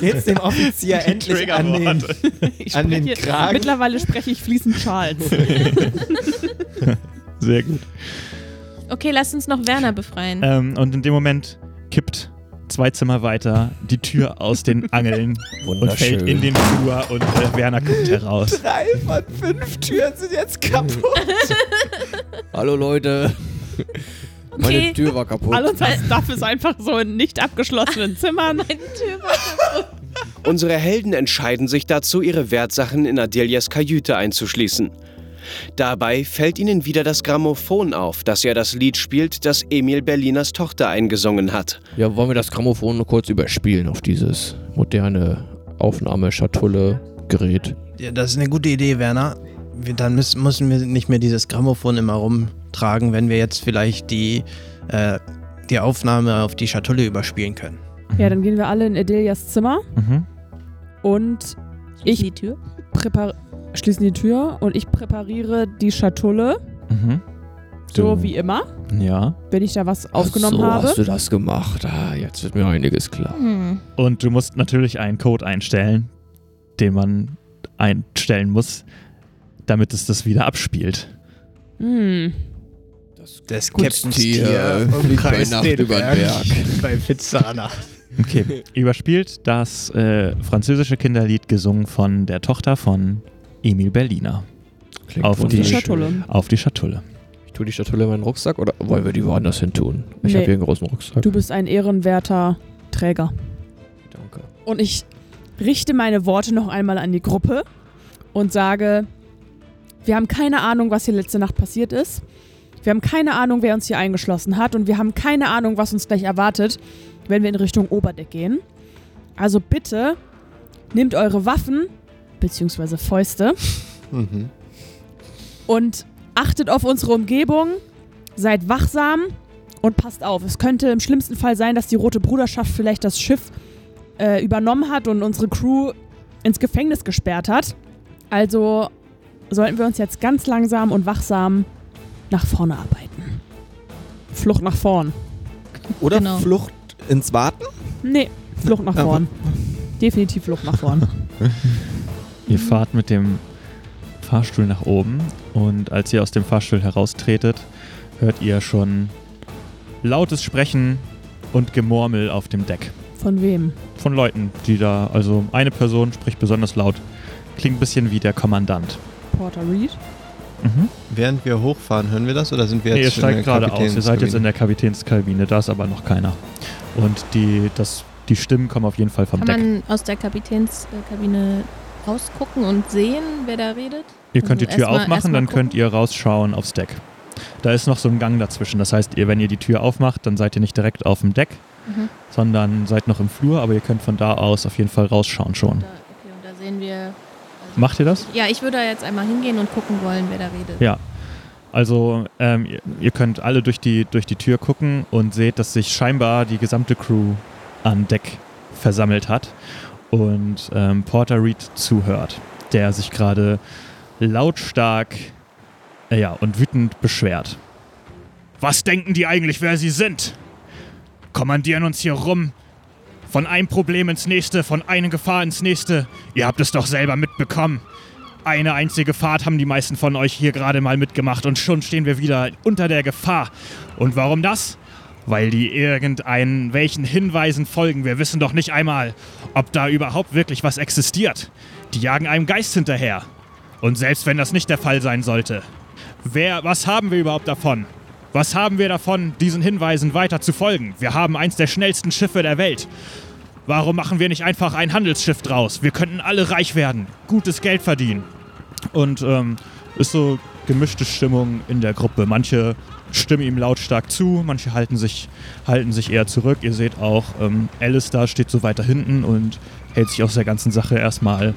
Geht's dem Offizier endlich an den, Triggerworte. Ich an den spreche- Kragen? Mittlerweile spreche ich fließend Charles. Sehr gut. Okay, lass uns noch Werner befreien. Äh, Ähm, und in dem Moment kippt zwei Zimmer weiter die Tür aus den Angeln und fällt in den Flur und äh, Werner kommt heraus. Drei von fünf Türen sind jetzt kaputt. Hallo Leute. Okay. Meine Tür war kaputt. All unser Stuff ist einfach so in nicht abgeschlossenen Zimmern. Unsere Helden entscheiden sich dazu, ihre Wertsachen in Adelias Kajüte einzuschließen. Dabei fällt ihnen wieder das Grammophon auf, dass er das Lied spielt, das Emil Berliners Tochter eingesungen hat. Ja, wollen wir das Grammophon nur kurz überspielen auf dieses moderne Aufnahmeschatulle-Gerät? Ja, das ist eine gute Idee, Werner. Wir, dann müssen, müssen wir nicht mehr dieses Grammophon immer rumtragen, wenn wir jetzt vielleicht die, äh, die Aufnahme auf die Schatulle überspielen können. Ja, dann gehen wir alle in Adelias Zimmer Mhm. und Ich- die Tür. präpar- schließen die Tür und ich präpariere die Schatulle, Mhm. so wie immer, Ja. wenn ich da was aufgenommen so habe. hast du das gemacht. Ah, jetzt wird mir einiges klar. Hm. Und du musst natürlich einen Code einstellen, den man einstellen muss, damit es das wieder abspielt. Hm. Des Captain's Tier fliegt bei umkreist Nacht den über den Berg. bei finsterer Nacht. Okay. Überspielt das äh, französische Kinderlied gesungen von der Tochter von Emil Berliner Klingt Auf die Die wunderschön. Schatulle. auf die Schatulle. Ich tue die Schatulle in meinen Rucksack oder wollen wir die woanders hin tun? Ich Nee. habe hier einen großen Rucksack. Du bist ein ehrenwerter Träger. Danke. Und ich richte meine Worte noch einmal an die Gruppe und sage, wir haben keine Ahnung, was hier letzte Nacht passiert ist. Wir haben keine Ahnung, wer uns hier eingeschlossen hat und wir haben keine Ahnung, was uns gleich erwartet, wenn wir in Richtung Oberdeck gehen. Also bitte nehmt eure Waffen beziehungsweise Fäuste Mhm. und achtet auf unsere Umgebung, seid wachsam und passt auf. Es könnte im schlimmsten Fall sein, dass die Rote Bruderschaft vielleicht das Schiff äh, übernommen hat und unsere Crew ins Gefängnis gesperrt hat. Also sollten wir uns jetzt ganz langsam und wachsam nach vorne arbeiten. Flucht nach vorn. Oder Genau. Flucht ins Warten? Nee, Flucht nach vorn. Definitiv Flucht nach vorn. Ihr fahrt mit dem Fahrstuhl nach oben und als ihr aus dem Fahrstuhl heraustretet, hört ihr schon lautes Sprechen und Gemurmel auf dem Deck. Von wem? Von Leuten, die da, also eine Person spricht besonders laut. Klingt ein bisschen wie der Kommandant. Porter Reed? Mhm. Während wir hochfahren, hören wir das oder sind wir Nee, ihr jetzt schon steigt in der gerade aus, ihr seid jetzt in der Kapitänskabine, da ist aber noch keiner. Und die, das, die Stimmen kommen auf jeden Fall vom Kann Deck. man aus der Kapitänskabine rausgucken und sehen, wer da redet? Ihr könnt die Also Tür erstmal- aufmachen, erstmal dann könnt gucken. ihr rausschauen aufs Deck. Da ist noch so ein Gang dazwischen. Das heißt, ihr, wenn ihr die Tür aufmacht, dann seid ihr nicht direkt auf dem Deck, Mhm. sondern seid noch im Flur, aber ihr könnt von da aus auf jeden Fall rausschauen schon. Da, okay, und da sehen wir. also- Macht ihr das? Ja, ich würde da jetzt einmal hingehen und gucken wollen, wer da redet. Ja. Also ähm, ihr, ihr könnt alle durch die, durch die Tür gucken und seht, dass sich scheinbar die gesamte Crew an Deck versammelt hat und ähm, Porter Reed zuhört, der sich gerade lautstark äh, ja, und wütend beschwert. Was denken die eigentlich, wer sie sind? Kommandieren uns hier rum. Von einem Problem ins nächste, von einer Gefahr ins nächste. Ihr habt es doch selber mitbekommen. Eine einzige Fahrt haben die meisten von euch hier gerade mal mitgemacht und schon stehen wir wieder unter der Gefahr. Und warum das? Weil die irgendeinen welchen Hinweisen folgen. Wir wissen doch nicht einmal, ob da überhaupt wirklich was existiert. Die jagen einem Geist hinterher. Und selbst wenn das nicht der Fall sein sollte, wer, was haben wir überhaupt davon? Was haben wir davon, diesen Hinweisen weiter zu folgen? Wir haben eins der schnellsten Schiffe der Welt. Warum machen wir nicht einfach ein Handelsschiff draus? Wir könnten alle reich werden, gutes Geld verdienen. Und ähm, ist so gemischte Stimmung in der Gruppe. Manche stimmen ihm lautstark zu, manche halten sich, halten sich eher zurück. Ihr seht auch, ähm, Alice da steht so weiter hinten und hält sich aus der ganzen Sache erstmal,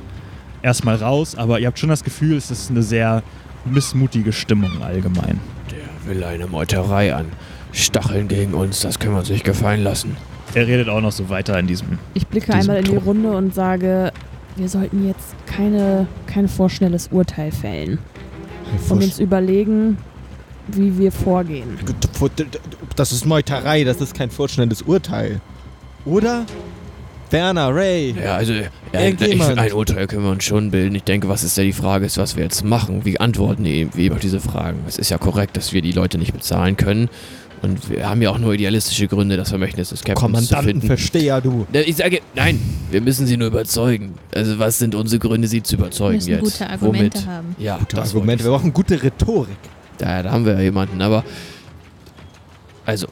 erstmal raus. Aber ihr habt schon das Gefühl, es ist eine sehr missmutige Stimmung allgemein. Will eine Meuterei an. Stacheln gegen uns, das können wir uns nicht gefallen lassen. Er redet auch noch so weiter in diesem. Ich blicke Diesem einmal in die Trupp. Runde und sage, wir sollten jetzt keine, kein vorschnelles Urteil fällen und uns überlegen, wie wir vorgehen. Das ist Meuterei, das ist kein vorschnellendes Urteil. Oder? Werner, Ray. Ja, also ja, ich, Irgendjemand. ein Urteil können wir uns schon bilden. Ich denke, was ist ja die Frage ist, was wir jetzt machen. Wie antworten die- wir eben auf diese Fragen? Es ist ja korrekt, dass wir die Leute nicht bezahlen können. Und wir haben ja auch nur idealistische Gründe, dass wir möchten, dass das Captain zu finden. Kommandantenversteher, du. Ja, Ich sage, nein, wir müssen sie nur überzeugen. Also was sind unsere Gründe, sie zu Wir überzeugen müssen jetzt? gute Argumente Womit? haben. Ja, Gute das Argumente. wollte Wir brauchen gute Rhetorik. ich. Da, da haben wir ja jemanden, aber... Also,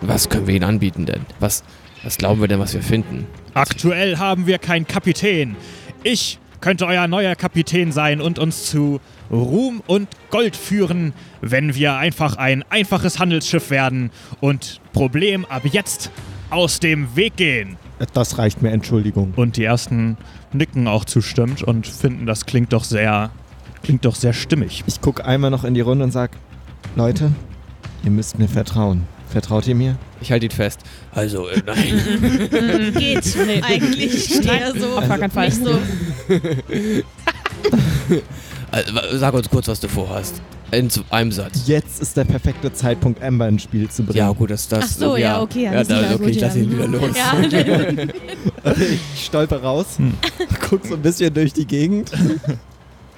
was können wir ihnen anbieten denn? Was, was glauben wir denn, was wir finden? Aktuell haben wir keinen Kapitän. Ich könnte euer neuer Kapitän sein und uns zu Ruhm und Gold führen, wenn wir einfach ein einfaches Handelsschiff werden und Problem ab jetzt aus dem Weg gehen. Das reicht mir, Entschuldigung. Und die ersten nicken auch zustimmend und finden, das klingt doch sehr, klingt doch sehr stimmig. Ich gucke einmal noch in die Runde und sag, Leute, ihr müsst mir vertrauen. Vertraut ihr mir? Ich halte ihn fest. Also, äh, nein. Geht eigentlich. Ich stehe da so. Auf gar keinen Fall. Nicht so. also, wa- sag uns kurz, was du vorhast. In z- einem Satz. Jetzt ist der perfekte Zeitpunkt, Amber ins Spiel zu bringen. Ja, gut, das das. Ach so, ja, okay. Ja, alles da, klar, okay, gut, ich lasse ja. ihn wieder los. Ja, Ich stolper raus, Hm. guck so ein bisschen durch die Gegend.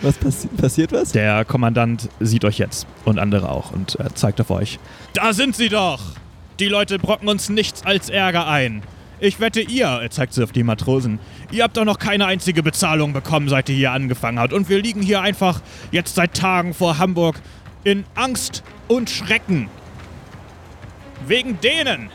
Was passi passiert was? Der Kommandant sieht euch jetzt und andere auch und äh, zeigt auf euch. Da sind sie doch! Die Leute brocken uns nichts als Ärger ein. Ich wette, ihr, er zeigt sie auf die Matrosen, ihr habt doch noch keine einzige Bezahlung bekommen, seit ihr hier angefangen habt. Und wir liegen hier einfach jetzt seit Tagen vor Hamburg in Angst und Schrecken. Wegen denen!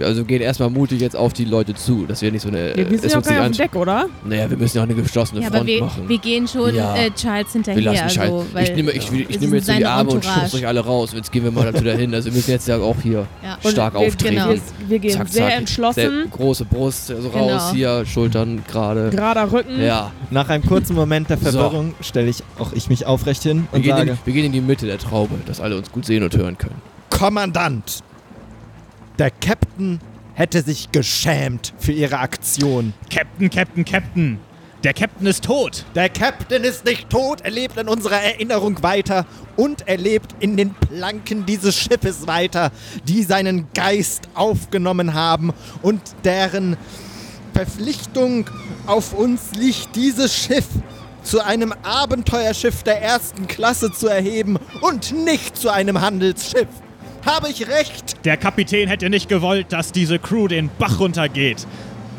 Also geht erstmal mutig jetzt auf die Leute zu, dass wir nicht so eine. Ja, wir sind es ja auch uns gar nicht auf nicht dem Deck, oder? an- Naja, wir müssen ja auch eine geschlossene Ja, aber Front wir, machen. wir gehen schon Ja. äh, Charles hinterher. wir lassen Scheiß. so, also, weil, ich nehme, ich, ich, wir nehme sind jetzt so die seine Arme und Entourage. schubse euch alle raus. Jetzt gehen wir mal dazu dahin. Also wir müssen jetzt ja auch hier ja. Und stark wir, auftreten. genau. Wir, wir gehen zack, sehr zack. Sehr entschlossen, große Brust, so also Genau. raus hier, Schultern gerade. Genau. gerader Rücken. Ja, Nach einem kurzen Moment der So. Verwirrung stelle ich auch ich mich aufrecht hin wir und gehen, in, sage: wir gehen in die Mitte der Traube, dass alle uns gut sehen und hören können. Kommandant, der Captain hätte sich geschämt für ihre Aktion. Captain, Captain, Captain. Der Captain ist tot. Der Captain ist nicht tot, er lebt in unserer Erinnerung weiter und er lebt in den Planken dieses Schiffes weiter, die seinen Geist aufgenommen haben und deren Verpflichtung auf uns liegt, dieses Schiff zu einem Abenteuerschiff der ersten Klasse zu erheben und nicht zu einem Handelsschiff. Habe ich recht? Der Kapitän hätte nicht gewollt, dass diese Crew den Bach runtergeht.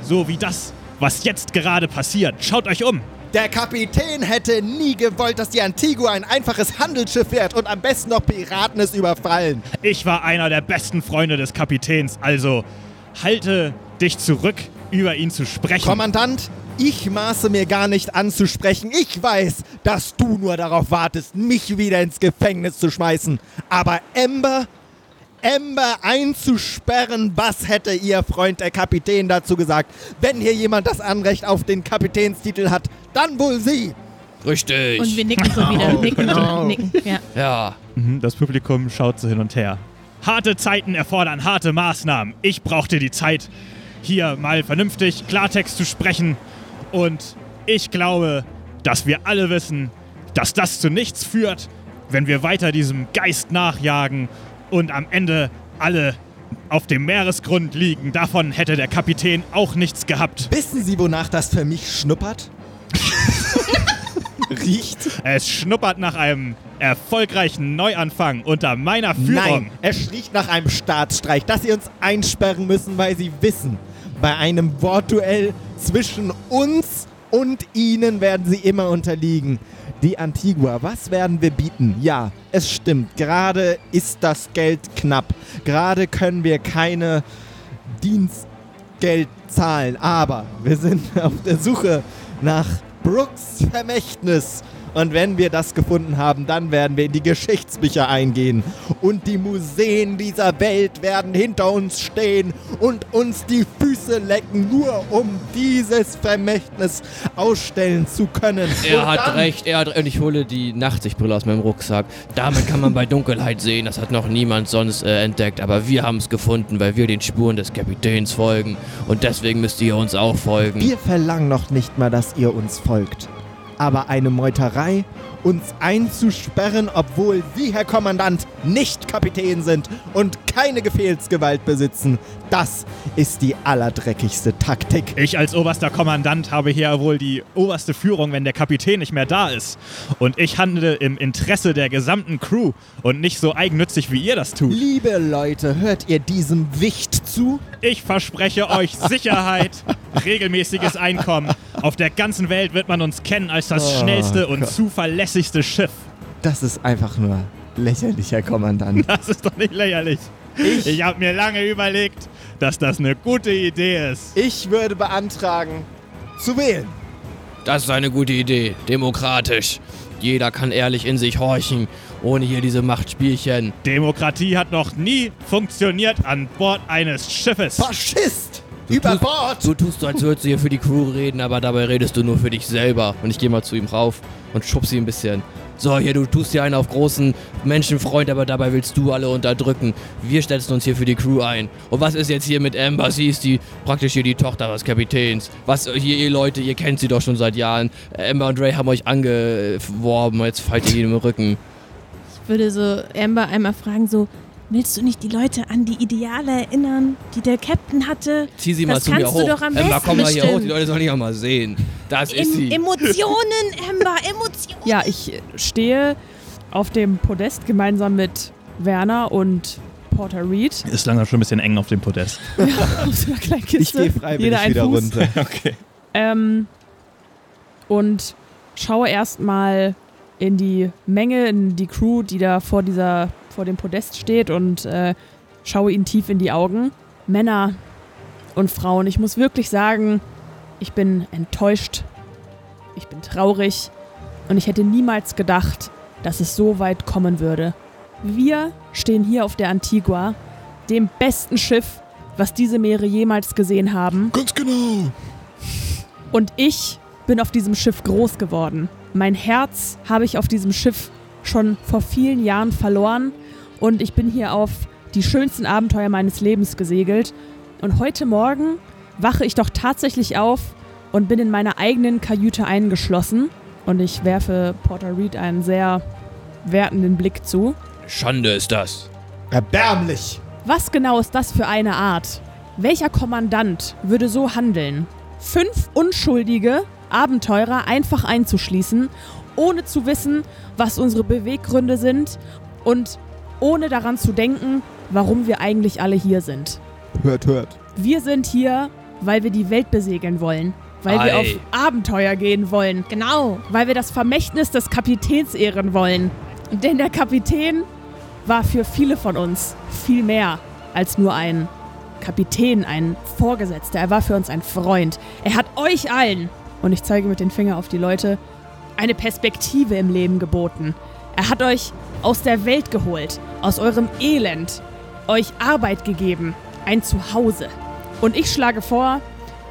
So wie das, was jetzt gerade passiert. Schaut euch um. Der Kapitän hätte nie gewollt, dass die Antigua ein einfaches Handelsschiff wird und am besten noch Piraten es überfallen. Ich war einer der besten Freunde des Kapitäns, also halte dich zurück, über ihn zu sprechen. Kommandant, ich maße mir gar nicht anzusprechen. Ich weiß, dass du nur darauf wartest, mich wieder ins Gefängnis zu schmeißen. Aber Ember, Ember einzusperren, was hätte Ihr Freund der Kapitän dazu gesagt? Wenn hier jemand das Anrecht auf den Kapitänstitel hat, dann wohl Sie. Richtig. Und wir nicken so wieder. Nicken, nicken. Ja. ja. Mhm, Das Publikum schaut so hin und her. Harte Zeiten erfordern harte Maßnahmen. Ich brauchte die Zeit, hier mal vernünftig Klartext zu sprechen. Und ich glaube, dass wir alle wissen, dass das zu nichts führt, wenn wir weiter diesem Geist nachjagen und am Ende alle auf dem Meeresgrund liegen. Davon hätte der Kapitän auch nichts gehabt. Wissen Sie, wonach das für mich schnuppert? Riecht? Es schnuppert nach einem erfolgreichen Neuanfang unter meiner Führung. Nein, es riecht nach einem Staatsstreich, dass Sie uns einsperren müssen, weil Sie wissen, bei einem Wortduell zwischen uns und Ihnen werden Sie immer unterliegen. Die Antigua, was werden wir bieten? Ja, es stimmt, gerade ist das Geld knapp. Gerade können wir keine Dienstgeld zahlen, aber wir sind auf der Suche nach Brooks Vermächtnis. Und wenn wir das gefunden haben, dann werden wir in die Geschichtsbücher eingehen. Und die Museen dieser Welt werden hinter uns stehen und uns die Füße lecken, nur um dieses Vermächtnis ausstellen zu können. Er und hat dann recht, er hat recht. Und ich hole die Nachtsichtbrille aus meinem Rucksack. Damit kann man bei Dunkelheit sehen. Das hat noch niemand sonst äh, entdeckt. Aber wir haben es gefunden, weil wir den Spuren des Kapitäns folgen. Und deswegen müsst ihr uns auch folgen. Wir verlangen noch nicht mal, dass ihr uns folgt. Aber eine Meuterei, uns einzusperren, obwohl Sie, Herr Kommandant, nicht Kapitän sind und keine Befehlsgewalt besitzen, das ist die allerdreckigste Taktik. Ich als oberster Kommandant habe hier wohl die oberste Führung, wenn der Kapitän nicht mehr da ist. Und ich handle im Interesse der gesamten Crew und nicht so eigennützig, wie ihr das tut. Liebe Leute, hört ihr diesem Wicht zu? Ich verspreche euch Sicherheit, regelmäßiges Einkommen. Auf der ganzen Welt wird man uns kennen als das schnellste und zuverlässigste Schiff. Das ist einfach nur lächerlich, Herr Kommandant. Das ist doch nicht lächerlich. Ich, habe mir lange überlegt, dass das eine gute Idee ist. Ich würde beantragen, zu wählen. Das ist eine gute Idee. Demokratisch. Jeder kann ehrlich in sich horchen, ohne hier diese Machtspielchen. Demokratie hat noch nie funktioniert an Bord eines Schiffes. Faschist! Über tust- Bord! Du tust so, als würdest du hier für die Crew reden, aber dabei redest du nur für dich selber. Und ich gehe mal zu ihm rauf und schubse ihn ein bisschen. So, hier, du tust hier einen auf großen Menschenfreund, aber dabei willst du alle unterdrücken. Wir setzen uns hier für die Crew ein. Und was ist jetzt hier mit Amber? Sie ist die, praktisch hier die Tochter des Kapitäns. Was, äh, hier, ihr Leute, ihr kennt sie doch schon seit Jahren. Äh, Amber und Ray haben euch angeworben, jetzt fallt ihr ihnen im Rücken. Ich würde so Amber einmal fragen, so, willst du nicht die Leute an die Ideale erinnern, die der Captain hatte? Zieh sie mal Das zu mir kannst du hoch. doch am Amber, besten komm mal hier hoch, die bestimmen. Leute sollen dich auch mal sehen. Das ist Em sie. Emotionen, Amber, Emotionen. Ja, ich äh, stehe auf dem Podest gemeinsam mit Werner und Porter Reed Ist langsam schon ein bisschen eng auf dem Podest. auf so einer kleinen Kiste. Ich gehe Jeder freiwillig ein wieder Fuß. runter. Ähm, und schaue erstmal in die Menge, in die Crew, die da vor dieser, vor dem Podest steht und äh, schaue ihnen tief in die Augen Männer und Frauen. Ich muss wirklich sagen, ich bin enttäuscht, ich bin traurig und ich hätte niemals gedacht, dass es so weit kommen würde. Wir stehen hier auf der Antigua, dem besten Schiff, was diese Meere jemals gesehen haben. Ganz genau. Und ich bin auf diesem Schiff groß geworden. Mein Herz habe ich auf diesem Schiff schon vor vielen Jahren verloren und ich bin hier auf die schönsten Abenteuer meines Lebens gesegelt. Und heute Morgen wache ich doch tatsächlich auf und bin in meiner eigenen Kajüte eingeschlossen. Und ich werfe Porter Reed einen sehr wertenden Blick zu. Schande ist das. Erbärmlich. Was genau ist das für eine Art? Welcher Kommandant würde so handeln? Fünf unschuldige Abenteurer einfach einzuschließen, ohne zu wissen, was unsere Beweggründe sind und ohne daran zu denken, warum wir eigentlich alle hier sind. Hört, hört. Wir sind hier, weil wir die Welt besegeln wollen, weil wir Ei. auf Abenteuer gehen wollen, Genau. weil wir das Vermächtnis des Kapitäns ehren wollen. Denn der Kapitän war für viele von uns viel mehr als nur ein Kapitän, ein Vorgesetzter. Er war für uns ein Freund. Er hat euch allen, und ich zeige mit den Finger auf die Leute, eine Perspektive im Leben geboten. Er hat euch aus der Welt geholt, aus eurem Elend, euch Arbeit gegeben, ein Zuhause. Und ich schlage vor,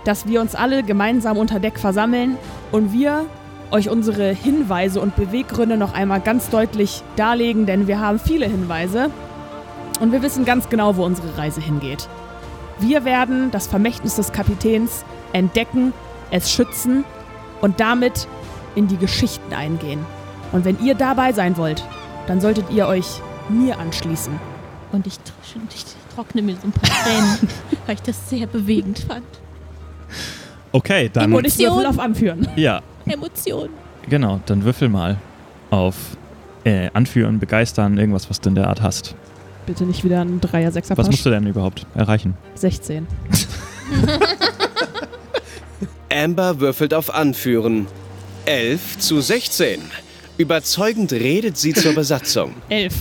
dass wir uns alle gemeinsam unter Deck versammeln und wir euch unsere Hinweise und Beweggründe noch einmal ganz deutlich darlegen, denn wir haben viele Hinweise und wir wissen ganz genau, wo unsere Reise hingeht. Wir werden das Vermächtnis des Kapitäns entdecken, es schützen und damit in die Geschichten eingehen. Und wenn ihr dabei sein wollt, dann solltet ihr euch mir anschließen. Und ich, tr- und ich trockne mir so ein paar Tränen, weil ich das sehr bewegend fand. Okay, dann. Und ich würfel auf Anführen. Ja, Emotionen. genau, dann würfel mal auf äh, Anführen, Begeistern, irgendwas, was du in der Art hast. Bitte nicht wieder ein Dreier, Sechser Was musst du denn überhaupt erreichen? 16. Amber würfelt auf Anführen. 11 zu 16. Überzeugend redet sie zur Besatzung. 11.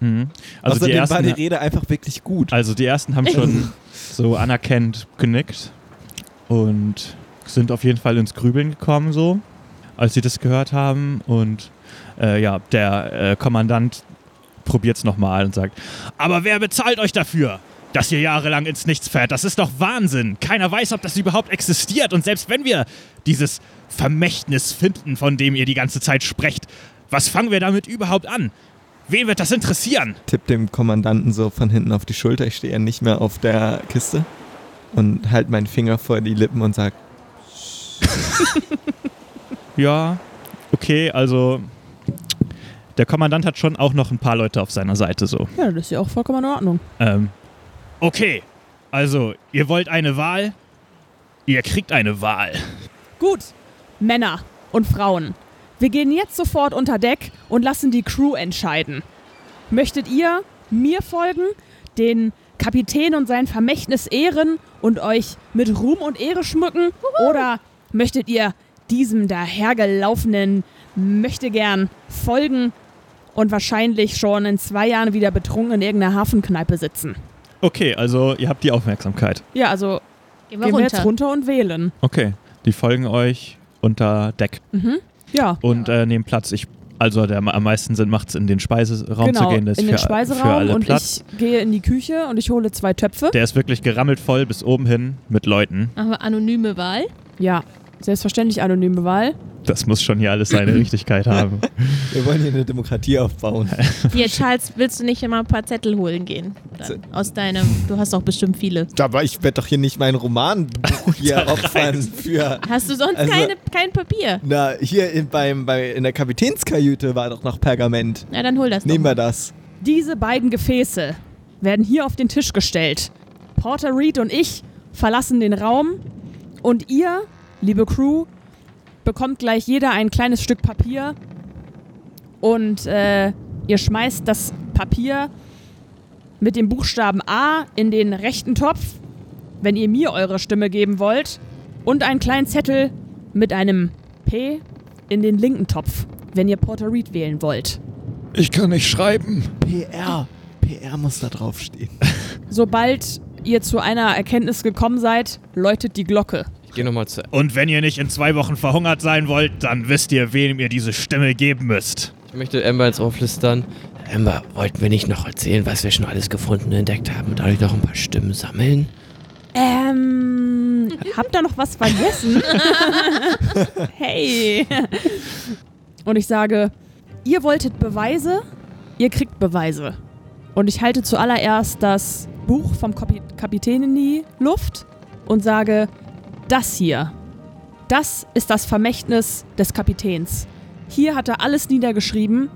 Mhm. Also, die Außerdem war ersten, die Rede einfach wirklich gut. also die ersten haben schon so anerkennend genickt und sind auf jeden Fall ins Grübeln gekommen, so, als sie das gehört haben. Und äh, ja, der äh, Kommandant probiert es nochmal und sagt: Aber wer bezahlt euch dafür? Dass ihr jahrelang ins Nichts fährt, das ist doch Wahnsinn. Keiner weiß, ob das überhaupt existiert. Und selbst wenn wir dieses Vermächtnis finden, von dem ihr die ganze Zeit sprecht, was fangen wir damit überhaupt an? Wen wird das interessieren? tipp dem Kommandanten so von hinten auf die Schulter. Ich stehe ja nicht mehr auf der Kiste und halt meinen Finger vor die Lippen und sag, Ja, okay, also der Kommandant hat schon auch noch ein paar Leute auf seiner Seite so. Ja, das ist ja auch vollkommen in Ordnung. Ähm, okay, also ihr wollt eine Wahl, ihr kriegt eine Wahl. Gut, Männer und Frauen. Wir gehen jetzt sofort unter Deck und lassen die Crew entscheiden. Möchtet ihr mir folgen, den Kapitän und sein Vermächtnis ehren und euch mit Ruhm und Ehre schmücken? Oder möchtet ihr diesem dahergelaufenen Möchtegern folgen und wahrscheinlich schon in zwei Jahren wieder betrunken in irgendeiner Hafenkneipe sitzen? Okay, also ihr habt die Aufmerksamkeit. Ja, also Gehen wir gehen wir runter. jetzt runter und wählen. Okay, die folgen euch unter Deck Mhm, Ja, und äh, nehmen Platz. Ich, also der am meisten Sinn macht es, in den Speiseraum genau, zu gehen. Das in ist den für, für Speiseraum alle und Platz. ich gehe in die Küche und ich hole zwei Töpfe. der ist wirklich gerammelt voll bis oben hin mit Leuten. Machen wir anonyme Wahl. Ja, selbstverständlich anonyme Wahl. Das muss schon hier alles seine Richtigkeit haben. Wir wollen hier eine Demokratie aufbauen. Hier, Charles, willst du nicht mal ein paar Zettel holen gehen? Dann aus deinem, du hast auch bestimmt viele. Aber ich werde doch hier nicht meinen Romanbuch hier opfern für. Hast du sonst Also- keine, kein Papier? Na, hier in, beim, bei, in der Kapitänskajüte war doch noch Pergament. Na, dann hol das Nehmen doch. wir das. Diese beiden Gefäße werden hier auf den Tisch gestellt. Porter Reed und ich verlassen den Raum und ihr, liebe Crew, bekommt gleich jeder ein kleines Stück Papier und äh, ihr schmeißt das Papier mit dem Buchstaben A in den rechten Topf, wenn ihr mir eure Stimme geben wollt, und einen kleinen Zettel mit einem P in den linken Topf, wenn ihr Porter Reed wählen wollt. Ich kann nicht schreiben. PR. PR muss da draufstehen. Sobald ihr zu einer Erkenntnis gekommen seid, läutet die Glocke. Ich gehe nochmal zu. Und wenn ihr nicht in zwei Wochen verhungert sein wollt, dann wisst ihr, wem ihr diese Stimme geben müsst. Ich möchte Amber jetzt aufflüstern. Amber, wollten wir nicht noch erzählen, was wir schon alles gefunden und entdeckt haben und dadurch noch ein paar Stimmen sammeln? Ähm, hab da noch was vergessen? hey. Und ich sage, ihr wolltet Beweise, ihr kriegt Beweise. Und ich halte zuallererst das Buch vom Kapi- Kapitän in die Luft und sage, das hier, das ist das Vermächtnis des Kapitäns. Hier hat er alles niedergeschrieben,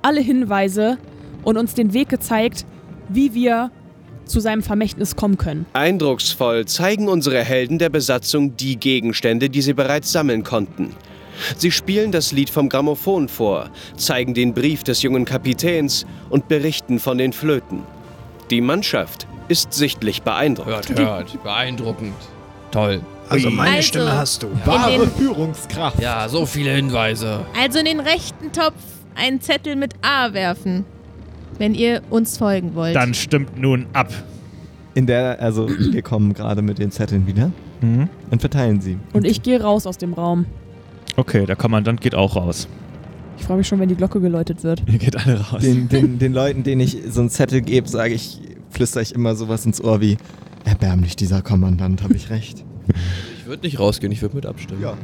alle Hinweise und uns den Weg gezeigt, wie wir zu seinem Vermächtnis kommen können. Eindrucksvoll zeigen unsere Helden der Besatzung die Gegenstände, die sie bereits sammeln konnten. Sie spielen das Lied vom Grammophon vor, zeigen den Brief des jungen Kapitäns und berichten von den Flöten. Die Mannschaft ist sichtlich beeindruckt. Hört, hört. Beeindruckend. Toll. Also meine Also- Stimme hast du. In Wahre den, Führungskraft. Ja, so viele Hinweise. also in den rechten Topf einen Zettel mit A werfen, wenn ihr uns folgen wollt. Dann stimmt nun ab. In der, also wir kommen gerade mit den Zetteln wieder Mhm. und verteilen sie. Und ich gehe raus aus dem Raum. Okay, der Kommandant geht auch raus. Ich freue mich schon, wenn die Glocke geläutet wird. Ihr geht alle raus. Den, den, den Leuten, denen ich so einen Zettel gebe, sage ich, flüstere ich immer sowas ins Ohr wie, erbärmlich dieser Kommandant, habe ich recht. Ich würde nicht rausgehen, ich würde mit abstimmen. Ja.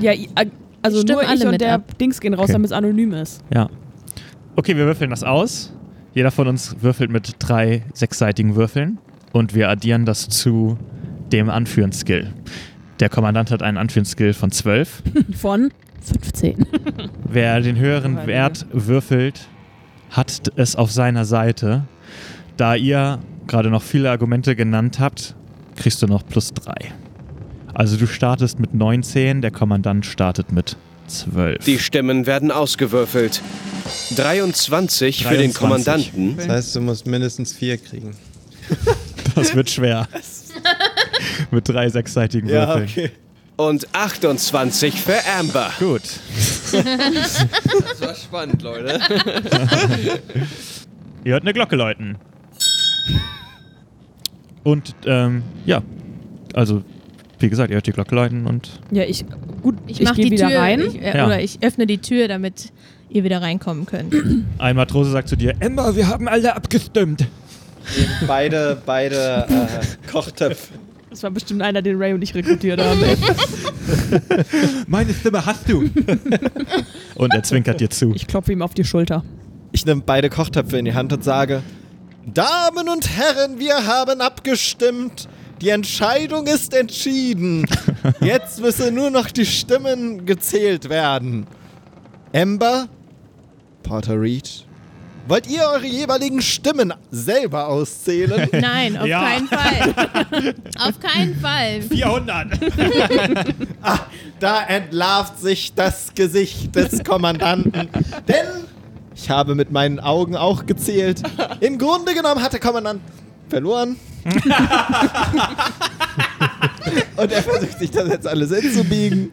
Ja, i- a- also Stimmen nur ich alle und mit der ab. Dings gehen raus, Okay. damit es anonym ist. Ja. Okay, wir würfeln das aus. Jeder von uns würfelt mit drei sechsseitigen Würfeln und wir addieren das zu dem Anführen-Skill. Der Kommandant hat einen Anführen-Skill von 12. Von 15. Wer den Mhm. höheren Warte. Wert würfelt, hat es auf seiner Seite. Da ihr gerade noch viele Argumente genannt habt, kriegst du noch plus 3. Also du startest mit 19, der Kommandant startet mit 12. Die Stimmen werden ausgewürfelt. 23 für den 23. Kommandanten. Das heißt, du musst mindestens vier kriegen. das wird schwer. mit drei sechsseitigen Würfeln. Und 28 für Amber. Gut. Das war spannend, Leute. Ihr hört eine Glocke läuten. Und ähm, ja, also wie gesagt, ihr hört die Glocke läuten und Ja, ich. Gut, ich ich, mach gehe die wieder Tür rein. Ich, äh, Ja. Oder ich öffne die Tür, damit ihr wieder reinkommen könnt. ein Matrose sagt zu dir, Emma, wir haben alle abgestimmt. Beide, beide äh, Kochtöpfe. Das war bestimmt einer, den Ray und ich rekrutiert haben. Meine Stimme hast du. und er zwinkert dir zu. Ich klopfe ihm auf die Schulter. Ich nehme beide Kochtöpfe in die Hand und sage: Damen und Herren, wir haben abgestimmt. Die Entscheidung ist entschieden. Jetzt müssen nur noch die Stimmen gezählt werden. Amber, Porter Reed, wollt ihr eure jeweiligen Stimmen selber auszählen? Nein, auf Ja. keinen Fall. auf keinen Fall. 400. Da entlarvt sich das Gesicht des Kommandanten. Denn ich habe mit meinen Augen auch gezählt. Im Grunde genommen hat der Kommandant verloren. Und er versucht sich das jetzt alles hinzubiegen.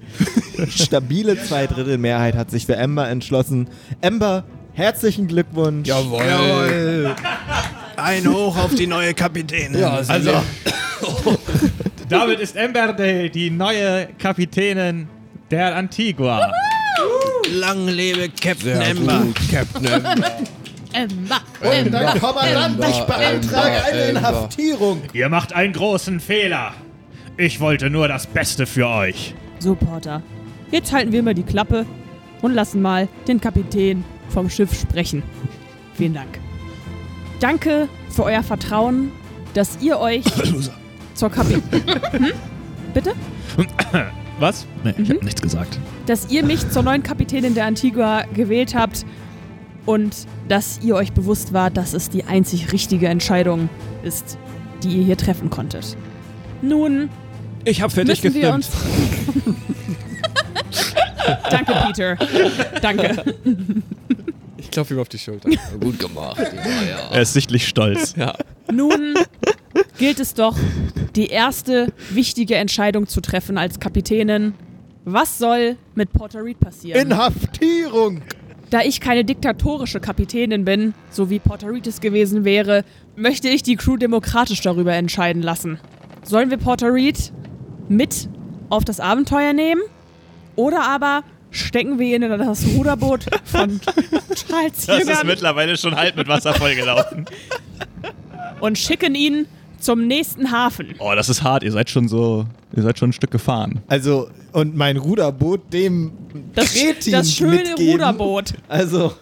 Stabile Zweidrittelmehrheit hat sich für Ember entschlossen. Ember, herzlichen Glückwunsch. Jawohl. Ein Hoch auf die neue Kapitänin. Ja, also. Damit ist Emberday die neue Kapitänin der Antigua. Lang lebe Captain Sehr Ember. gut, Captain Ember. Ember. Und der Kommandant, Ember, ich beantrage Ember, eine Ember. Inhaftierung. ihr macht einen großen Fehler. Ich wollte nur das Beste für euch. So, Porter. Jetzt halten wir mal die Klappe und lassen mal den Kapitän vom Schiff sprechen. Vielen Dank. Danke für euer Vertrauen, dass ihr euch zur Kapi Was? Nee, ich hab nichts gesagt. dass ihr mich zur neuen Kapitänin der Antigua gewählt habt und dass ihr euch bewusst wart, dass es die einzig richtige Entscheidung ist, die ihr hier treffen konntet. Nun Ich habe für müssen wir uns. Danke, Peter. Danke. Ich klopfe ihm auf die Schulter. Gut gemacht. Ja, Er ist sichtlich stolz. ja. Nun gilt es doch, die erste wichtige Entscheidung zu treffen als Kapitänin. Was soll mit Porter Reed passieren? Inhaftierung. Da ich keine diktatorische Kapitänin bin, so wie Porteritis gewesen wäre, möchte ich die Crew demokratisch darüber entscheiden lassen. Sollen wir Porter Reed mit auf das Abenteuer nehmen? Oder aber stecken wir ihn in das Ruderboot von Charles Das ist Jüngern mittlerweile schon halb mit Wasser vollgelaufen. und schicken ihn zum nächsten Hafen? Oh, das ist hart. Ihr seid schon so, ihr seid schon ein Stück gefahren. Also, und mein Ruderboot dem Das, Kretin das schöne mitgeben. Ruderboot. Also,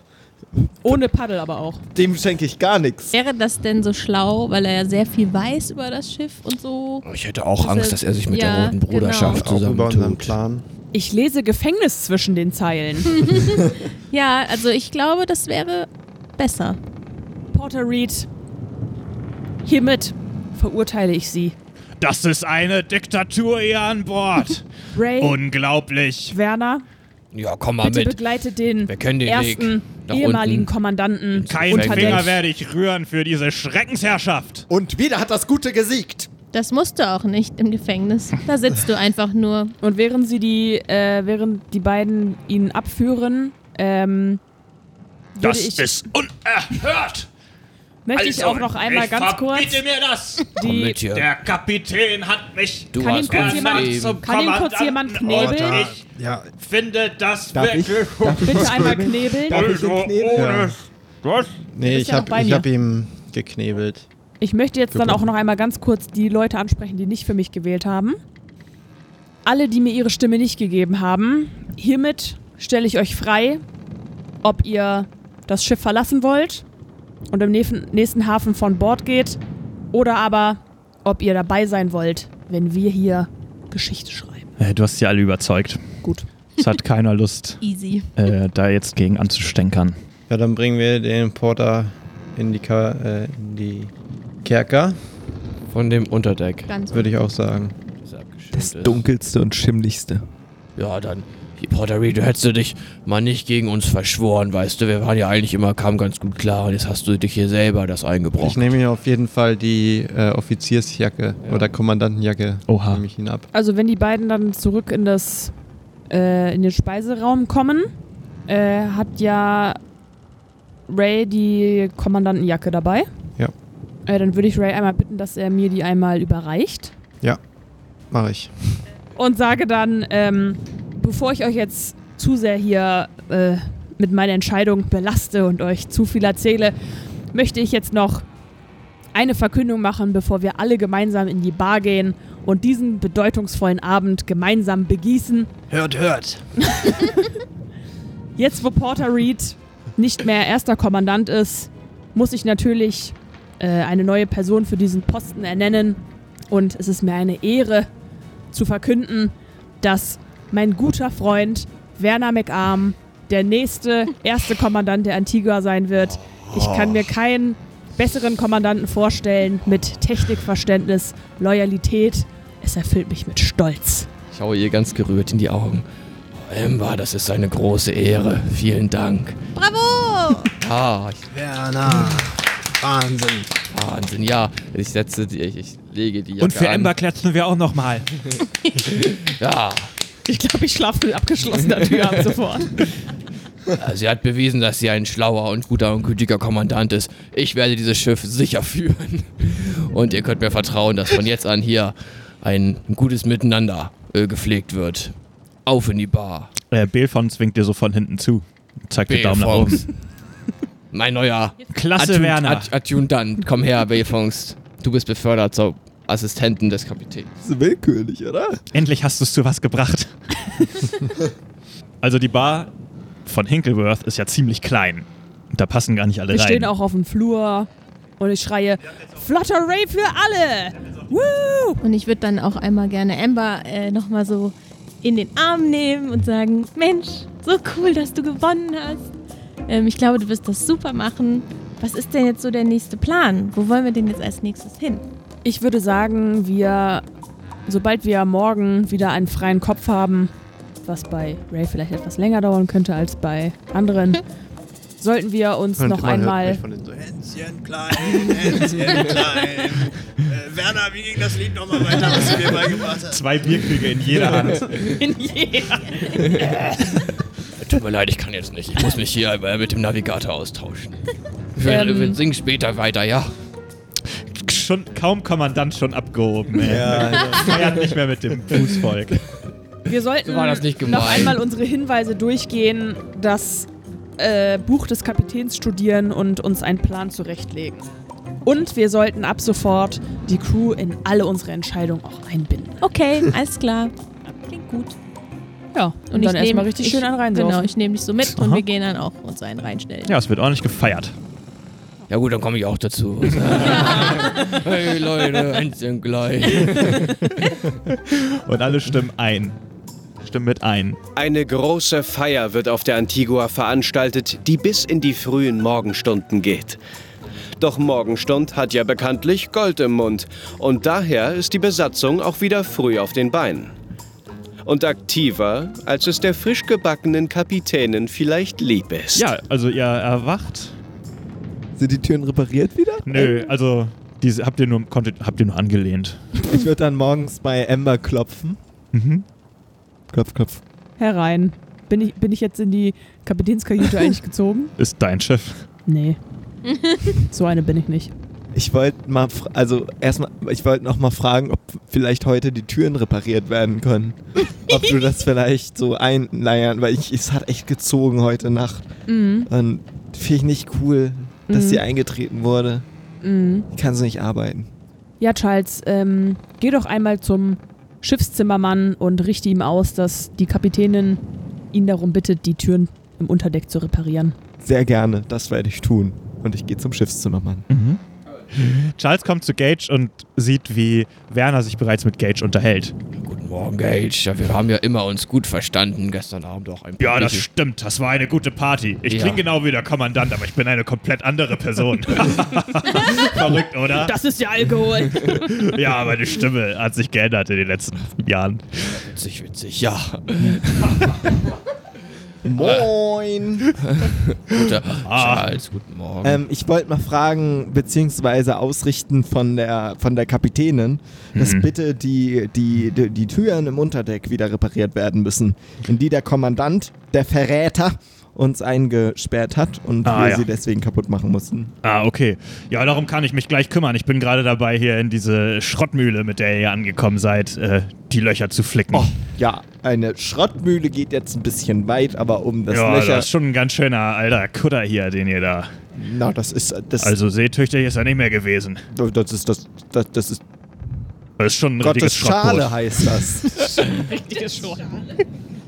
Ohne Paddel aber auch. dem schenke ich gar nichts. Wäre das denn so schlau, weil er ja sehr viel weiß über das Schiff und so? Ich hätte auch Das Angst, ist- dass er sich mit ja, genau. der Roten Bruderschaft Auch über unseren zusammentut. Plan. Ich lese Gefängnis zwischen den Zeilen. Ja, also ich glaube, das wäre besser. Porter Reed, hiermit verurteile ich Sie. Das ist eine Diktatur hier an Bord. Ray, Unglaublich. Werner, Ja, komm mal bitte mit. begleitet den, Wir kennen den ersten Weg nach ehemaligen unten. Kommandanten Kein unter Finger Deck. werde ich rühren für diese Schreckensherrschaft. Und wieder hat das Gute gesiegt. Das musst du auch nicht im Gefängnis. Da sitzt du einfach nur. Und während sie die, äh, während die beiden ihn abführen, ähm, würde Das ich, ist unerhört. möchte ich auch Also, noch einmal ich ganz kurz Bitte mir das. Komm die mit hier. Der Kapitän hat mich. Du Kann ihm hast kurz uns jemand- eben- zum kann ihm kurz jemand Kommandanten- knebeln? Und Ich Ja, finde das Darf ich? wirklich Darf ich bitte was einmal knebeln? knebeln. Darf ich den also knebeln? ohne. Was? nee, bist ich ja noch habe bei ich mir. hab ihm geknebelt. Ich möchte jetzt dann auch noch einmal ganz kurz die Leute ansprechen, die nicht für mich gewählt haben. Alle, die mir ihre Stimme nicht gegeben haben, hiermit stelle ich euch frei, ob ihr das Schiff verlassen wollt und im nächsten- nächsten Hafen von Bord geht oder aber ob ihr dabei sein wollt, wenn wir hier Geschichte schreiben. Äh, du hast sie alle überzeugt. Gut. Es hat keiner Lust, Easy. äh, da jetzt gegen anzustänkern. Ja, dann bringen wir den Porter in die, Ka äh, in die Kerker, Von dem Unterdeck. Ganz würde ich auch sagen. das abgeschirmt Das ist. dunkelste und schimmligste. Ja, dann. die Porter Reed, du hättest du dich mal nicht gegen uns verschworen, weißt du. Wir waren ja eigentlich immer, kamen ganz gut klar und jetzt hast du dich hier selber das Ich eingebrochen. nehme ihn auf jeden Fall die äh, Offiziersjacke oder Kommandantenjacke. Oha. Nehme ich ihn ab. Also wenn die beiden dann zurück in das äh, in den Speiseraum kommen, äh, hat ja Ray die Kommandantenjacke dabei. Ja. Äh, dann würde ich Ray einmal bitten, dass er mir die einmal überreicht Mache ich. und sage dann, ähm, bevor ich euch jetzt zu sehr hier äh, mit meiner Entscheidung belaste und euch zu viel erzähle, möchte ich jetzt noch eine Verkündung machen, bevor wir alle gemeinsam in die Bar gehen und diesen bedeutungsvollen Abend gemeinsam begießen. Hört, hört. Jetzt, wo Porter Reed nicht mehr erster Kommandant ist, muss ich natürlich äh, eine neue Person für diesen Posten ernennen. Und es ist mir eine Ehre zu verkünden, dass mein guter Freund Werner McArm der nächste erste Kommandant der Antigua sein wird. Ich kann mir keinen besseren Kommandanten vorstellen mit Technikverständnis, Loyalität. Es erfüllt mich mit Stolz. Ich schaue ihr ganz gerührt in die Augen. Oh, Ember, das ist eine große Ehre. Vielen Dank. Bravo! Ah, ich Werner. Wahnsinn. Wahnsinn, ja. Ich setze die, ich, ich lege die Jacke Und für an. Ember klatschen wir auch nochmal. Ja, Ich glaube, ich schlafe mit abgeschlossener Tür ab sofort. äh, sie hat bewiesen, dass sie ein schlauer und guter und gütiger Kommandant ist. Ich werde dieses Schiff sicher führen. Und ihr könnt mir vertrauen, dass von jetzt an hier ein gutes Miteinander äh, gepflegt wird. Auf in die Bar. Äh, Belfons winkt dir so von hinten zu. Zeigt dir Daumen nach oben. Belfons. Mein neuer Klasse, Adjut- Werner. Ad- Adjutant. Komm her, Belfons. Du bist befördert zum Assistenten des Kapitäns. Das ist willkürlich, oder? Endlich hast du es zu was gebracht. also die Bar von Hinkleworth ist ja ziemlich klein. Da passen gar nicht alle Wir rein. stehen auch auf dem Flur und ich schreie, flotter Ray für alle! Woo! Und ich würde dann auch einmal gerne Amber äh, nochmal so in den Arm nehmen und sagen, Mensch, so cool, dass du gewonnen hast. Ähm, ich glaube, du wirst das super machen. Was ist denn jetzt so der nächste Plan? Wo wollen wir denn jetzt als nächstes hin? Ich würde sagen, wir, sobald wir morgen wieder einen freien Kopf haben, was bei Ray vielleicht etwas länger dauern könnte als bei anderen, sollten wir uns noch einmal Hänschen klein, Hänschen klein. Äh, Werner, wie ging das Lied nochmal weiter, was du mir beigebracht hast? Zwei Bierkrüge in jeder Hand. in jeder Tut mir leid, ich kann jetzt nicht. Ich muss mich hier äh, mit dem Navigator austauschen. Wir, Ähm. wir singen später weiter, ja. schon kaum Kommandant schon abgehoben. Ey. Feiert nicht mehr mit dem Fußvolk. Wir sollten So war das nicht gemeint. noch einmal unsere Hinweise durchgehen, das äh, Buch des Kapitäns studieren und uns einen Plan zurechtlegen. Und wir sollten ab sofort die Crew in alle unsere Entscheidungen auch einbinden. Okay, alles klar. Klingt gut. Ja, dann und, ich erst nehm- mal richtig ich, schön einen reinsaufen. Genau, ich nehme dich so mit und Aha. wir gehen dann auch uns einen reinstellen. Ja, es wird ordentlich gefeiert. Ja gut, dann komme ich auch dazu. hey Leute, eins sind gleich. Und alle stimmen ein. Stimmen mit ein. Eine große Feier wird auf der Antigua veranstaltet, die bis in die frühen Morgenstunden geht. Doch Morgenstund hat ja bekanntlich Gold im Mund und daher ist die Besatzung auch wieder früh auf den Beinen. Und aktiver, als es der frisch gebackenen Kapitänin vielleicht lieb ist. Ja, also ihr erwacht. Sind die Türen repariert wieder? Äh. Nö, also diese habt ihr nur konntet, habt ihr nur angelehnt. Ich würde dann morgens bei Ember klopfen. Mhm. Klopf, klopf. Herein. Bin ich, bin ich jetzt in die Kapitänskajüte eigentlich gezogen? Ist dein Schiff. Nee. so eine bin ich nicht. Ich wollte mal, fr- also erstmal, ich wollte noch mal fragen, ob vielleicht heute die Türen repariert werden können. ob du das vielleicht so einleiern, weil ich, es hat echt gezogen heute Nacht. Mhm. Und finde ich nicht cool, dass Mhm. sie eingetreten wurde. Mhm. Ich kann so nicht arbeiten. Ja, Charles, ähm, geh doch einmal zum Schiffszimmermann und richte ihm aus, dass die Kapitänin ihn darum bittet, die Türen im Unterdeck zu reparieren. Sehr gerne, das werde ich tun. Und ich gehe zum Schiffszimmermann. Charles kommt zu Gage und sieht, wie Werner sich bereits mit Gage unterhält. Guten Morgen, Gage. Ja, wir haben ja immer uns gut verstanden. Gestern Abend auch ein Ja, das bisschen- stimmt. Das war eine gute Party. Ich Ja. klinge genau wie der Kommandant, aber ich bin eine komplett andere Person. Verrückt, oder? Das ist ja Alkohol. Ja, meine Stimme hat sich geändert in den letzten Jahren. witzig, witzig. Ja, Moin! guter Ah. Charles, guten Morgen. Ähm, ich wollte mal fragen, beziehungsweise ausrichten von der, von der Kapitänin, dass Mhm. bitte die, die, die, die Türen im Unterdeck wieder repariert werden müssen, in die der Kommandant, der Verräter, uns eingesperrt hat und Ah, wir ja. sie deswegen kaputt machen mussten. Ah, okay. Ja, darum kann ich mich gleich kümmern. Ich bin gerade dabei, hier in diese Schrottmühle, mit der ihr angekommen seid, äh, die Löcher zu flicken. Oh, ja, eine Schrottmühle geht jetzt ein bisschen weit, aber um das ja, Löcher. das ist schon ein ganz schöner alter Kutter hier, den ihr da. na, das ist das, Also seetüchtig ist er nicht mehr gewesen. das ist das, das, das ist Das ist schon ein Gottes richtiges Schrottboot. Schale heißt das.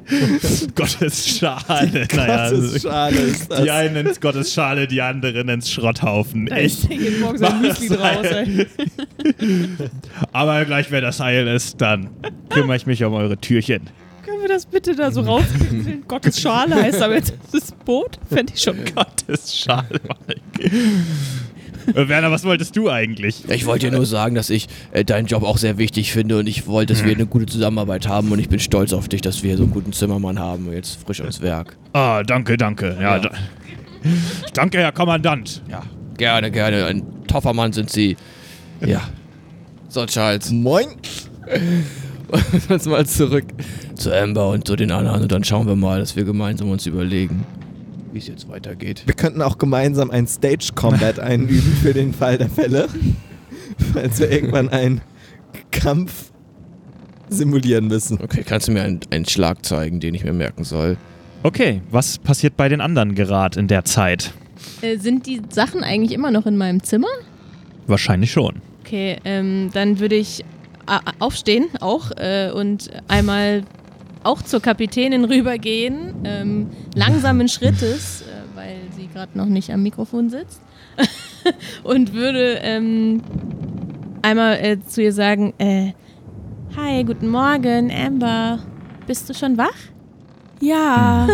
Gottes Schale. naja, also, Gottes Schale ist das. die einen nennt Gottes Schale, die anderen nennt Schrotthaufen. Ich, jeden Morgen sein Müsli draus. Ey. aber gleich, wenn das heil ist, dann kümmere ich mich um eure Türchen. Können wir das bitte da so rauskitzeln? Gottes Schale heißt aber jetzt das Boot? Fände ich schon geil. Gottes Schale, Mike. Äh, Werner, was wolltest du eigentlich? Ich wollte dir nur sagen, dass ich äh, deinen Job auch sehr wichtig finde und ich wollte, Hm. dass wir eine gute Zusammenarbeit haben und ich bin stolz auf dich, dass wir so einen guten Zimmermann haben. Jetzt frisch ans Werk. Ah, danke, danke. Ja, Ja. Da, danke, Herr Kommandant. Ja, gerne, gerne. Ein toffer Mann sind Sie. Ja. So, Charles, Moin! jetzt mal zurück zu Amber und zu den anderen und dann schauen wir mal, dass wir gemeinsam uns überlegen, wie es jetzt weitergeht. Wir könnten auch gemeinsam ein Stage Combat einüben für den Fall der Fälle, falls wir irgendwann einen Kampf simulieren müssen. Okay, kannst du mir einen, einen Schlag zeigen, den ich mir merken soll? Okay, was passiert bei den anderen gerade in der Zeit? Äh, sind die Sachen eigentlich immer noch in meinem Zimmer? Wahrscheinlich schon. Okay, ähm, dann würde ich a- a- aufstehen auch äh, und einmal auch zur Kapitänin rübergehen, ähm, langsamen Schrittes, äh, weil sie gerade noch nicht am Mikrofon sitzt. und würde ähm, einmal äh, zu ihr sagen, äh, Hi, guten Morgen, Amber. Bist du schon wach? Ja.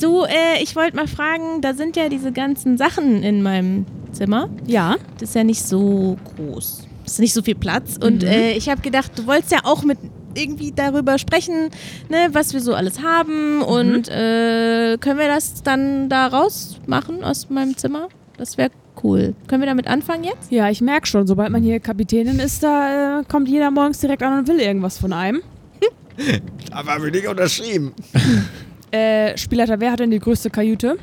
Du, äh, ich wollte mal fragen, da sind ja diese ganzen Sachen in meinem Zimmer. Ja. Das ist ja nicht so groß. Das ist nicht so viel Platz. Und äh, ich habe gedacht, du wolltest ja auch mit irgendwie darüber sprechen, ne, was wir so alles haben. Und äh, können wir das dann da rausmachen aus meinem Zimmer? Das wäre cool. Können wir damit anfangen jetzt? Ja, ich merke schon, sobald man hier Kapitänin ist, da äh, kommt jeder morgens direkt an und will irgendwas von einem. Aber wir nicht unterschrieben. Äh, Spielleiter, wer hat denn die größte Kajüte?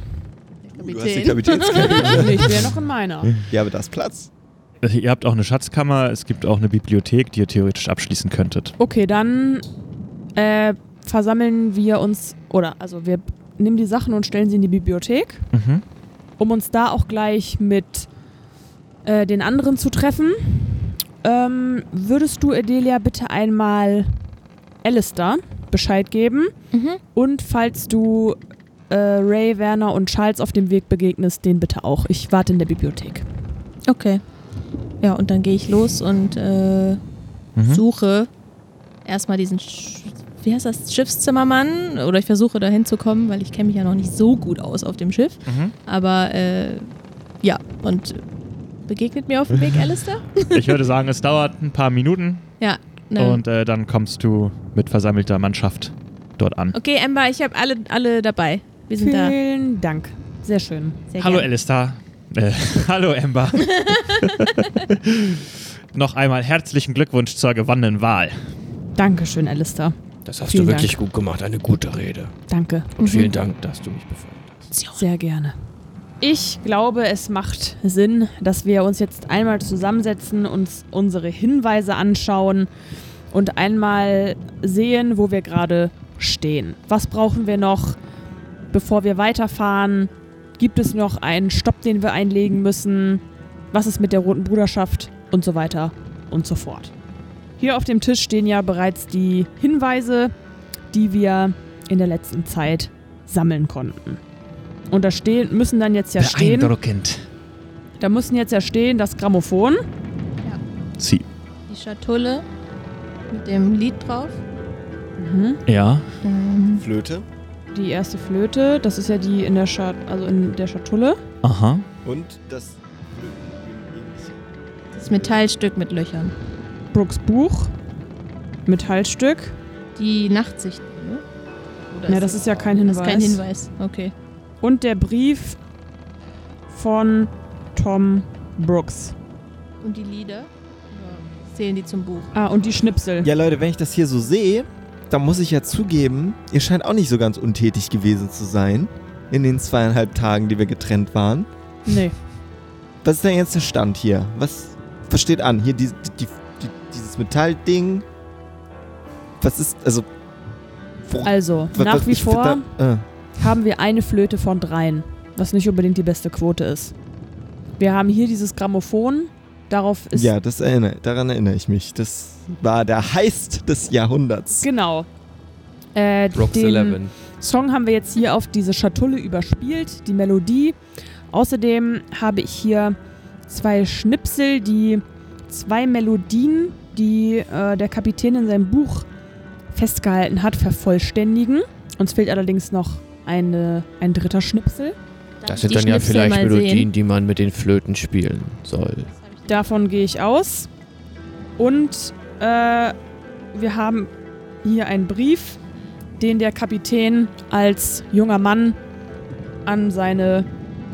Du hast die Kapitänskabine. ich bin ja noch in meiner. ja, aber das Platz. Äh, Ihr habt auch eine Schatzkammer, es gibt auch eine Bibliothek, die ihr theoretisch abschließen könntet. Okay, dann äh, versammeln wir uns, oder also wir nehmen die Sachen und stellen sie in die Bibliothek, Mhm. um uns da auch gleich mit äh, den anderen zu treffen. Ähm, würdest du, Edelia, bitte einmal Alistair Bescheid geben? Mhm. Und falls du äh, Ray, Werner und Charles auf dem Weg begegnest, den bitte auch. Ich warte in der Bibliothek. Okay. Ja, und dann gehe ich los und äh, Mhm. suche erstmal diesen, Sch wie heißt das, Schiffszimmermann. Oder ich versuche dahin zu kommen, weil ich kenne mich ja noch nicht so gut aus auf dem Schiff. Mhm. Aber äh, ja, und begegnet mir auf dem Weg Alistair? Ich würde sagen, es dauert ein paar Minuten Ja. ne. und äh, dann kommst du mit versammelter Mannschaft dort an. Okay, Ember, ich habe alle, alle dabei. Wir sind da. Vielen Dank. Sehr schön. Sehr Hallo gerne. Alistair. Äh, hallo Ember. Noch einmal herzlichen Glückwunsch zur gewonnenen Wahl. Dankeschön, Alistair. Das hast Vielen Mhm. du wirklich gut gemacht. Eine gute Rede. Danke. Und vielen Dank, dass du mich befreit hast. Sehr gerne. Ich glaube, es macht Sinn, dass wir uns jetzt einmal zusammensetzen, uns unsere Hinweise anschauen und einmal sehen, wo wir gerade stehen. Was brauchen wir noch, bevor wir weiterfahren? Gibt es noch einen Stopp, den wir einlegen müssen? Was ist mit der Roten Bruderschaft? Und so weiter und so fort. Hier auf dem Tisch stehen ja bereits die Hinweise, die wir in der letzten Zeit sammeln konnten. Und da stehen, müssen dann jetzt ja stehen, Beeindruckend. da müssen jetzt ja stehen das Grammophon, Sie. Die Schatulle mit dem Lied drauf. Ja. Ähm, Flöte die erste Flöte, das ist ja die in der, Schat also in der Schatulle. Aha. und das. das Metallstück mit Löchern. Brooks Buch, Metallstück. Die Nachtsicht. Ne? Oder Ja, das ist ja kein Hinweis. Das ist kein Hinweis. Okay. Und der Brief von Tom Brooks. Und die Lieder? Zählen die zum Buch? Ah, und die Schnipsel. Ja, Leute, wenn ich das hier so sehe, dann muss ich ja zugeben, ihr scheint auch nicht so ganz untätig gewesen zu sein in den zweieinhalb Tagen, die wir getrennt waren. Nee. Was ist denn jetzt der Stand hier? Was, was steht an? Hier die, die, die, dieses Metallding. Was ist, also... wo- Also, wa- nach wa- wie ich find vor Da, äh, haben wir eine Flöte von dreien, was nicht unbedingt die beste Quote ist. Wir haben hier dieses Grammophon, darauf ist ja, das erinnere, daran erinnere ich mich. Das war der Heist des Jahrhunderts. Genau. Äh, Brooks den 11. Song haben wir jetzt hier auf diese Schatulle überspielt, die Melodie. Außerdem habe ich hier zwei Schnipsel, die zwei Melodien, die äh, der Kapitän in seinem Buch festgehalten hat, vervollständigen. Uns fehlt allerdings noch eine, ein dritter Schnipsel. Das sind dann ja vielleicht Melodien, die man mit den Flöten spielen soll. Davon gehe ich aus. Und äh, wir haben hier einen Brief, den der Kapitän als junger Mann an seine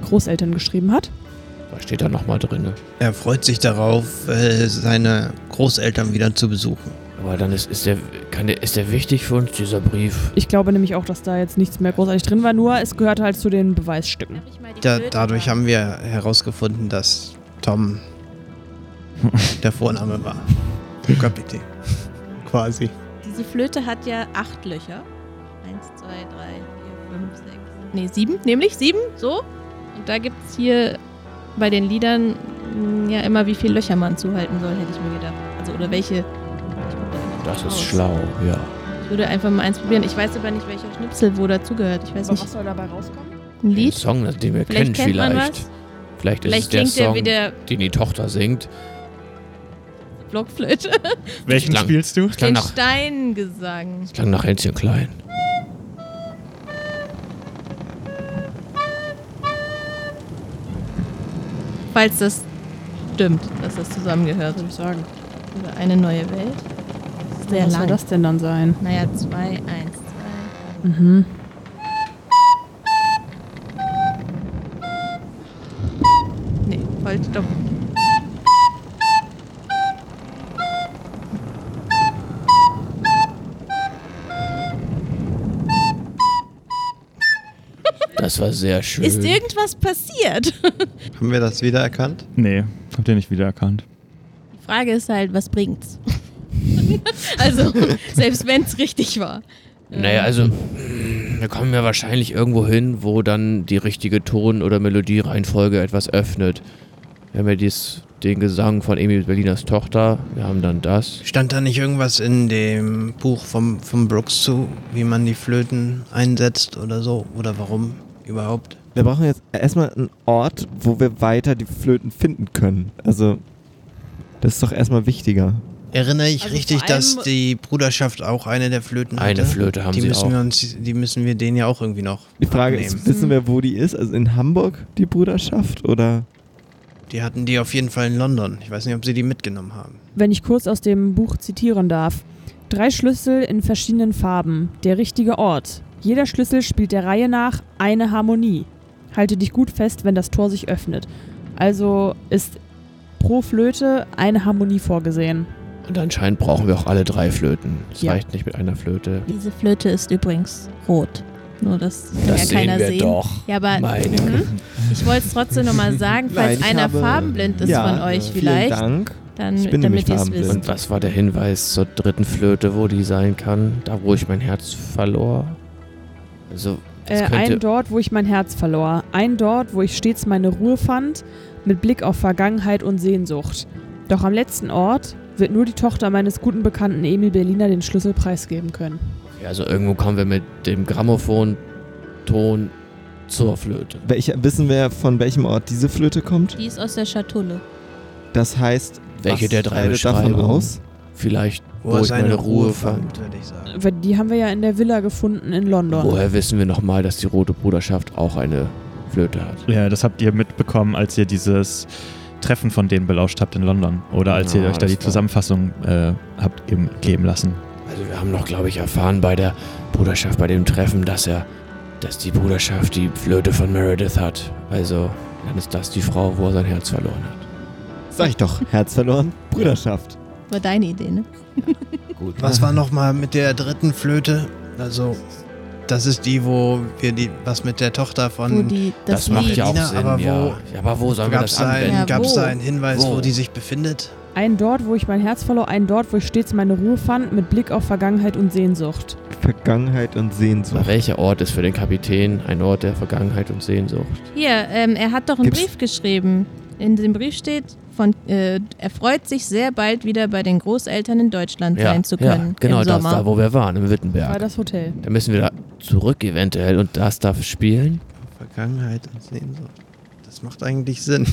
Großeltern geschrieben hat. Was steht da nochmal drin? Er freut sich darauf, äh, seine Großeltern wieder zu besuchen. Aber dann ist, ist, der, kann der, ist der wichtig für uns, dieser Brief? Ich glaube nämlich auch, dass da jetzt nichts mehr großartig drin war, nur es gehörte halt zu den Beweisstücken. Da, dadurch haben wir herausgefunden, dass Tom der Vorname war. Vom Kapitän. Quasi. Diese Flöte hat ja acht Löcher. Eins, zwei, drei, vier, fünf, sechs. Nee, sieben, nämlich sieben, so. Und da gibt es hier bei den Liedern mh, ja immer, wie viel Löcher man zuhalten soll, hätte ich mir gedacht. Also, oder welche. Ich guck da immer Das drauf ist aus. schlau, ja. Ich würde einfach mal eins probieren. Ich weiß aber nicht, welcher Schnipsel wo dazugehört. Ich weiß nicht. soll dabei rauskommen? Ein Den Lied? Song, den wir Vielleicht kennen kennt man vielleicht. was. Vielleicht ist Vielleicht es der klingt der Song, wie der den die Tochter singt. Blockflöte. Welchen Klang. spielst du? Es klang Den nach, Steingesang. es klang nach Hänschen Klein. Falls das stimmt, dass das zusammengehört. Würde ich sagen. Über eine neue Welt. Sehr Was lang. soll das denn dann sein? Naja, zwei, eins, zwei. Mhm. Nee, voll stopp. Das war sehr schön. Ist irgendwas passiert? Haben wir das wiedererkannt? Nee. Habt ihr nicht wiedererkannt? Die Frage ist halt, was bringt's? also, selbst wenn's richtig war. Naja, also mm, wir kommen ja wahrscheinlich irgendwo hin, wo dann die richtige Ton- oder Melodiereihenfolge etwas öffnet. Wir haben ja dies, den Gesang von Emil Berliners Tochter, wir haben dann das. Stand da nicht irgendwas in dem Buch vom, vom Brooks zu, wie man die Flöten einsetzt oder so? Oder warum überhaupt? Wir brauchen jetzt erstmal einen Ort, wo wir weiter die Flöten finden können. Also, das ist doch erstmal wichtiger. Erinnere ich Also richtig, vor dass allem- die Bruderschaft auch eine der Flöten Eine hatte? Flöte haben die sie müssen auch. Wir uns, die müssen wir denen ja auch irgendwie noch Die Frage abnehmen. ist, wissen wir, wo die ist? Also in Hamburg, die Bruderschaft? Oder? Die hatten die auf jeden Fall in London. Ich weiß nicht, ob sie die mitgenommen haben. wenn ich kurz aus dem Buch zitieren darf. Drei Schlüssel in verschiedenen Farben, der richtige Ort. Jeder Schlüssel spielt der Reihe nach eine Harmonie. Halte dich gut fest, wenn das Tor sich öffnet. Also ist pro Flöte eine Harmonie vorgesehen. Und anscheinend brauchen wir auch alle drei Flöten. Es Ja. reicht nicht mit einer Flöte. Diese Flöte ist übrigens rot. Nur das kann ja keiner sehen. Ja, aber Meine Güte. hm? ich wollte es trotzdem nochmal sagen, falls Nein, ich einer habe- farbenblind ist von euch vielleicht, Vielen Dank. dann Ich bin nämlich damit ihr es farbenblind. wisst. Und was war der Hinweis zur dritten Flöte, wo die sein kann? Da, wo ich mein Herz verlor? Also, das Äh, könnte... ein dort, wo ich mein Herz verlor. Ein dort, wo ich stets meine Ruhe fand, mit Blick auf Vergangenheit und Sehnsucht. Doch am letzten Ort wird nur die Tochter meines guten Bekannten Emil Berliner den Schlüssel preisgeben können. Ja, also irgendwo kommen wir mit dem Grammophonton zur Flöte. Welche, wissen wir, von welchem Ort diese Flöte kommt? Die ist aus der Schatulle. Das heißt, Welche was der drei leitet davon Beschreibungen? aus? Vielleicht, wo, er ich meine Ruhe fand. würde ich sagen. Weil Die haben wir ja in der Villa gefunden in London. Woher wissen wir nochmal, dass die Rote Bruderschaft auch eine Flöte hat? Ja, das habt ihr mitbekommen, als ihr dieses Treffen von denen belauscht habt in London. Oder als ihr Ja, euch da das die war- Zusammenfassung äh, habt geben, geben lassen. Also wir haben noch, glaube ich, erfahren bei der Bruderschaft, bei dem Treffen, dass er, dass die Bruderschaft die Flöte von Meredith hat. Also dann ist das die Frau, wo er sein Herz verloren hat. Sag ich doch, Herz verloren, Bruderschaft. War deine Idee, ne? Gut. Was war nochmal mit der dritten Flöte? Also, das ist die, wo wir die, was mit der Tochter Wo von. die, Das dass macht die, ja auch Nina, Sinn, aber ja. wo- ja. Aber wo sollen wir Gab es das da, anwenden? einen- Ja, gab's wo? da einen Hinweis, Wo? wo die sich befindet? Ein dort, wo ich mein Herz verlor, ein dort, wo ich stets meine Ruhe fand, mit Blick auf Vergangenheit und Sehnsucht. Vergangenheit und Aber Sehnsucht. welcher Ort ist für den Kapitän ein Ort der Vergangenheit und Sehnsucht? Hier, ähm, er hat doch einen Gibt's- Brief geschrieben. In dem Brief steht, von, äh, er freut sich sehr bald wieder bei den Großeltern in Deutschland sein zu können. genau im das, Sommer. da wo wir waren, im War Wittenberg. das Hotel. Da müssen wir da zurück eventuell und das darf spielen. Vergangenheit und Sehnsucht. Das macht eigentlich Sinn.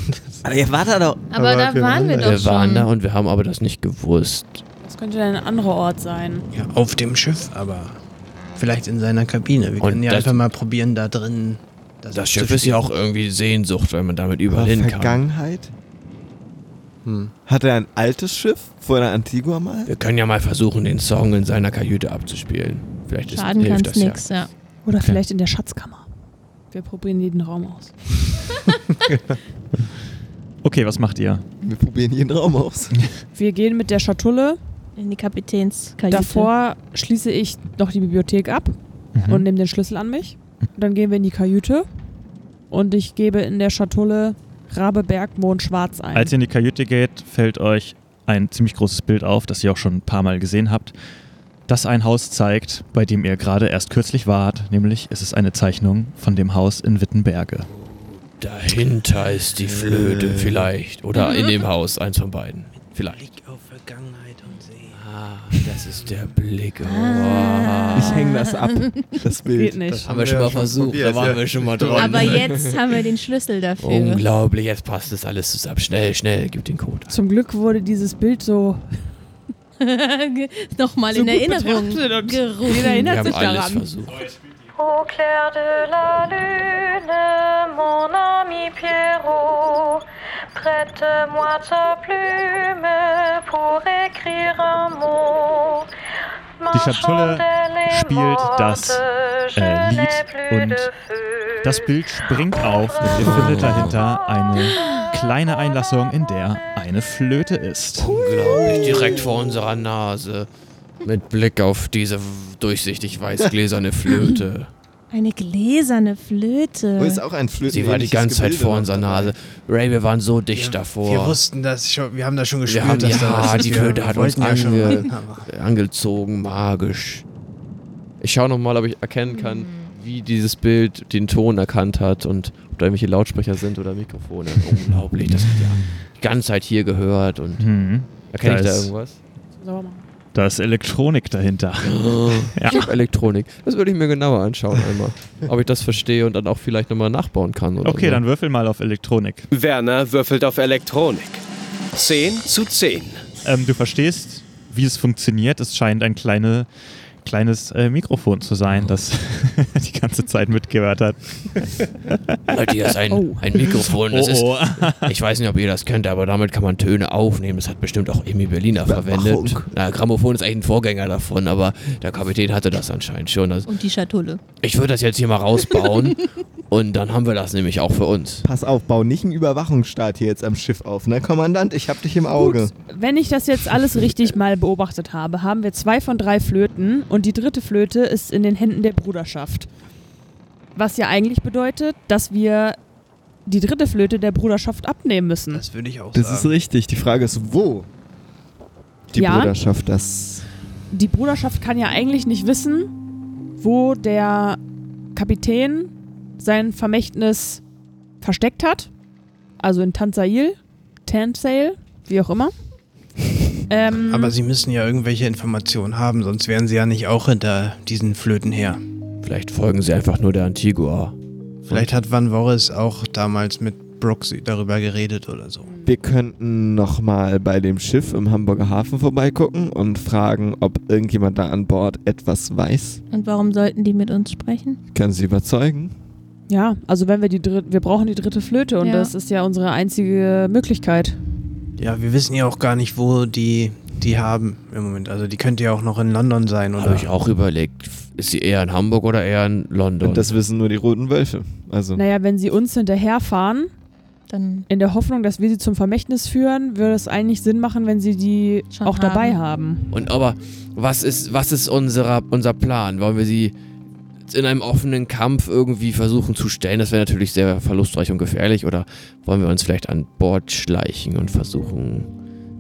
Aber ihr wart da doch. aber, aber da wir waren waren wir da. doch wir schon. waren da und wir haben aber das nicht gewusst. Das könnte dann ein anderer Ort sein. Ja, auf dem Schiff, aber vielleicht in seiner Kabine. Wir Und können ja das- einfach mal probieren, da drin. Das Schiff ist ja auch irgendwie Sehnsucht, wenn man damit überall hin kann. Vergangenheit? Hm. Hat er ein altes Schiff vor der Antigua mal? Wir können ja mal versuchen, den Song in seiner Kajüte abzuspielen. Vielleicht ist, Schaden hilft kann's das ja. nix, ja. Oder vielleicht in der Schatzkammer. Wir probieren jeden Raum aus. Okay, was macht ihr? Wir probieren jeden Raum aus. Wir gehen mit der Schatulle. In die Kapitänskajüte. Davor schließe ich noch die Bibliothek ab Mhm. und nehme den Schlüssel an mich. Dann gehen wir in die Kajüte und ich gebe in der Schatulle Rabe Berg Mond Schwarz ein. Als ihr in die Kajüte geht, fällt euch ein ziemlich großes Bild auf, das ihr auch schon ein paar Mal gesehen habt, das ein Haus zeigt, bei dem ihr gerade erst kürzlich wart. Nämlich es ist eine Zeichnung von dem Haus in Wittenberge. Dahinter ist die Flöte vielleicht. Oder in dem Haus, eins von beiden. Vielleicht. Blick auf Vergangenheit und Sehnsucht. Ah, das ist der Blick. Oh. Ich hänge das ab, Geht das Bild. nicht. haben wir schon mal versucht, da waren ne? wir schon mal dran. Aber jetzt haben wir den Schlüssel dafür. Oh, Unglaublich, jetzt passt das alles zusammen. Schnell, schnell, gib den Code. Zum Glück wurde dieses Bild so Nochmal So in gut Erinnerung betrachtet und gerufen. jeder erinnert Wir haben sich alles daran. versucht. Au clair de la lune, mon ami Pierrot, prête-moi ta plume pour écrire un mot. Die Schatulle spielt das, äh, Lied und Das Bild springt auf und ihr findet dahinter eine kleine Einlassung, in der eine Flöte ist. Unglaublich, direkt vor unserer Nase. Mit Blick auf diese w- durchsichtig weiß gläserne Flöte. Eine gläserne Flöte. Wo ist auch ein Flöten? Sie war die ganze Zeit vor unserer Nase. Ray, wir waren so dicht davor. Wir wussten das schon, wir haben das schon Wir gespürt, haben, dass da ja, was die wir Flöte hat uns wollten ja schon ange mal. angezogen, magisch. Ich schaue nochmal, ob ich erkennen kann, wie dieses Bild den Ton erkannt hat und ob da irgendwelche Lautsprecher sind oder Mikrofone. Unglaublich, das hat ja die ganze Zeit hier gehört und Hm. erkenne ich Da da ist- irgendwas? Sauber machen. Da ist Elektronik dahinter. Ja. Ich habe Elektronik. Das würde ich mir genauer anschauen einmal. Ob ich das verstehe und dann auch vielleicht nochmal nachbauen kann. Oder Okay, so. dann würfel mal auf Elektronik. Werner würfelt auf Elektronik. 10 zu 10. Ähm, du verstehst, wie es funktioniert. Es scheint ein kleine, kleines äh, Mikrofon zu sein, das die ganze Zeit mitgehört hat. Leute, hier ist ein, ein Mikrofon. Das oh, oh. ist, ich weiß nicht, ob ihr das kennt, aber damit kann man Töne aufnehmen. Das hat bestimmt auch Emi Berliner verwendet. Na, Grammophon ist eigentlich ein Vorgänger davon, aber der Kapitän hatte das anscheinend schon. Das, Und die Schatulle. ich würde das jetzt hier mal rausbauen und dann haben wir das nämlich auch für uns. Pass auf, bau nicht einen Überwachungsstaat hier jetzt am Schiff auf, ne, Kommandant? Ich hab dich im Auge. Gut, wenn ich das jetzt alles richtig mal beobachtet habe, haben wir zwei von drei Flöten und die dritte Flöte ist in den Händen der Bruderschaft. Was ja eigentlich bedeutet, dass wir die dritte Flöte der Bruderschaft abnehmen müssen. Das würde ich auch Das ist sagen. richtig. Die Frage ist, wo die Ja. Bruderschaft das. Die Bruderschaft kann ja eigentlich nicht wissen, wo der Kapitän sein Vermächtnis versteckt hat. Also in Tansail, Tansail, wie auch immer. Ähm, Aber sie müssen ja irgendwelche Informationen haben, sonst wären sie ja nicht auch hinter diesen Flöten her. Vielleicht folgen sie einfach nur der Antigua. Vielleicht hat Van Voris auch damals mit Brooks darüber geredet oder so. Wir könnten nochmal bei dem Schiff im Hamburger Hafen vorbeigucken und fragen, ob irgendjemand da an Bord etwas weiß. Und warum sollten die mit uns sprechen? Ich kann sie überzeugen. Ja, also wenn wir die dritte, wir brauchen die dritte Flöte und Ja. das ist ja unsere einzige Möglichkeit. Ja, wir wissen ja auch gar nicht, wo die die haben im Moment. Also die könnte ja auch noch in London sein oder. Habe ich auch überlegt, ist sie eher in Hamburg oder eher in London? Und das wissen nur die roten Wölfe. Also, Naja, wenn sie uns hinterherfahren, Dann in der Hoffnung, dass wir sie zum Vermächtnis führen, würde es eigentlich Sinn machen, wenn sie die Schon auch dabei haben. Und aber was ist, was ist unserer, unser Plan? Wollen wir sie jetzt in einem offenen Kampf irgendwie versuchen zu stellen? Das wäre natürlich sehr verlustreich und gefährlich. Oder wollen wir uns vielleicht an Bord schleichen und versuchen,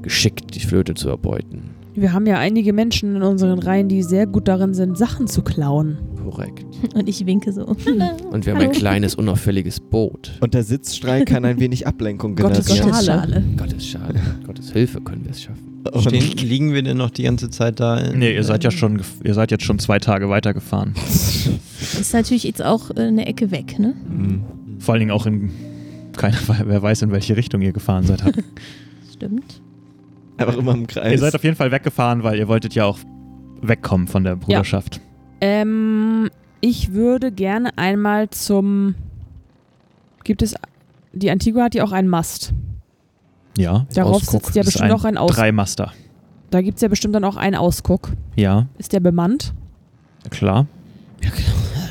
geschickt die Flöte zu erbeuten? Wir haben ja einige Menschen in unseren Reihen, die sehr gut darin sind, Sachen zu klauen. Korrekt. und ich winke so. Und wir haben ein kleines, unauffälliges Boot. und der Sitzstreik kann ein wenig Ablenkung Gottes generieren. Schale. Schale. Gottes Schade. Gottes Hilfe können wir es schaffen. Stehen, liegen wir denn noch die ganze Zeit da? in- Nee, ihr seid ja schon, gef- ihr seid jetzt schon zwei Tage weitergefahren. Ist natürlich jetzt auch äh, eine Ecke weg, ne? Hm. Mhm. Vor allen Dingen auch in keiner, wer weiß, in welche Richtung ihr gefahren seid. Stimmt. Einfach immer im ihr Kreis. seid auf jeden Fall weggefahren, weil ihr wolltet ja auch wegkommen von der Bruderschaft. Ähm, ich würde gerne einmal zum. Gibt es. Die Antigua hat ja auch einen Mast. Ja. Darauf Ausguck sitzt ja ist bestimmt ein auch ein Aus. Drei Master. Da gibt es ja bestimmt dann auch einen Ausguck. Ja, Ist der bemannt? klar.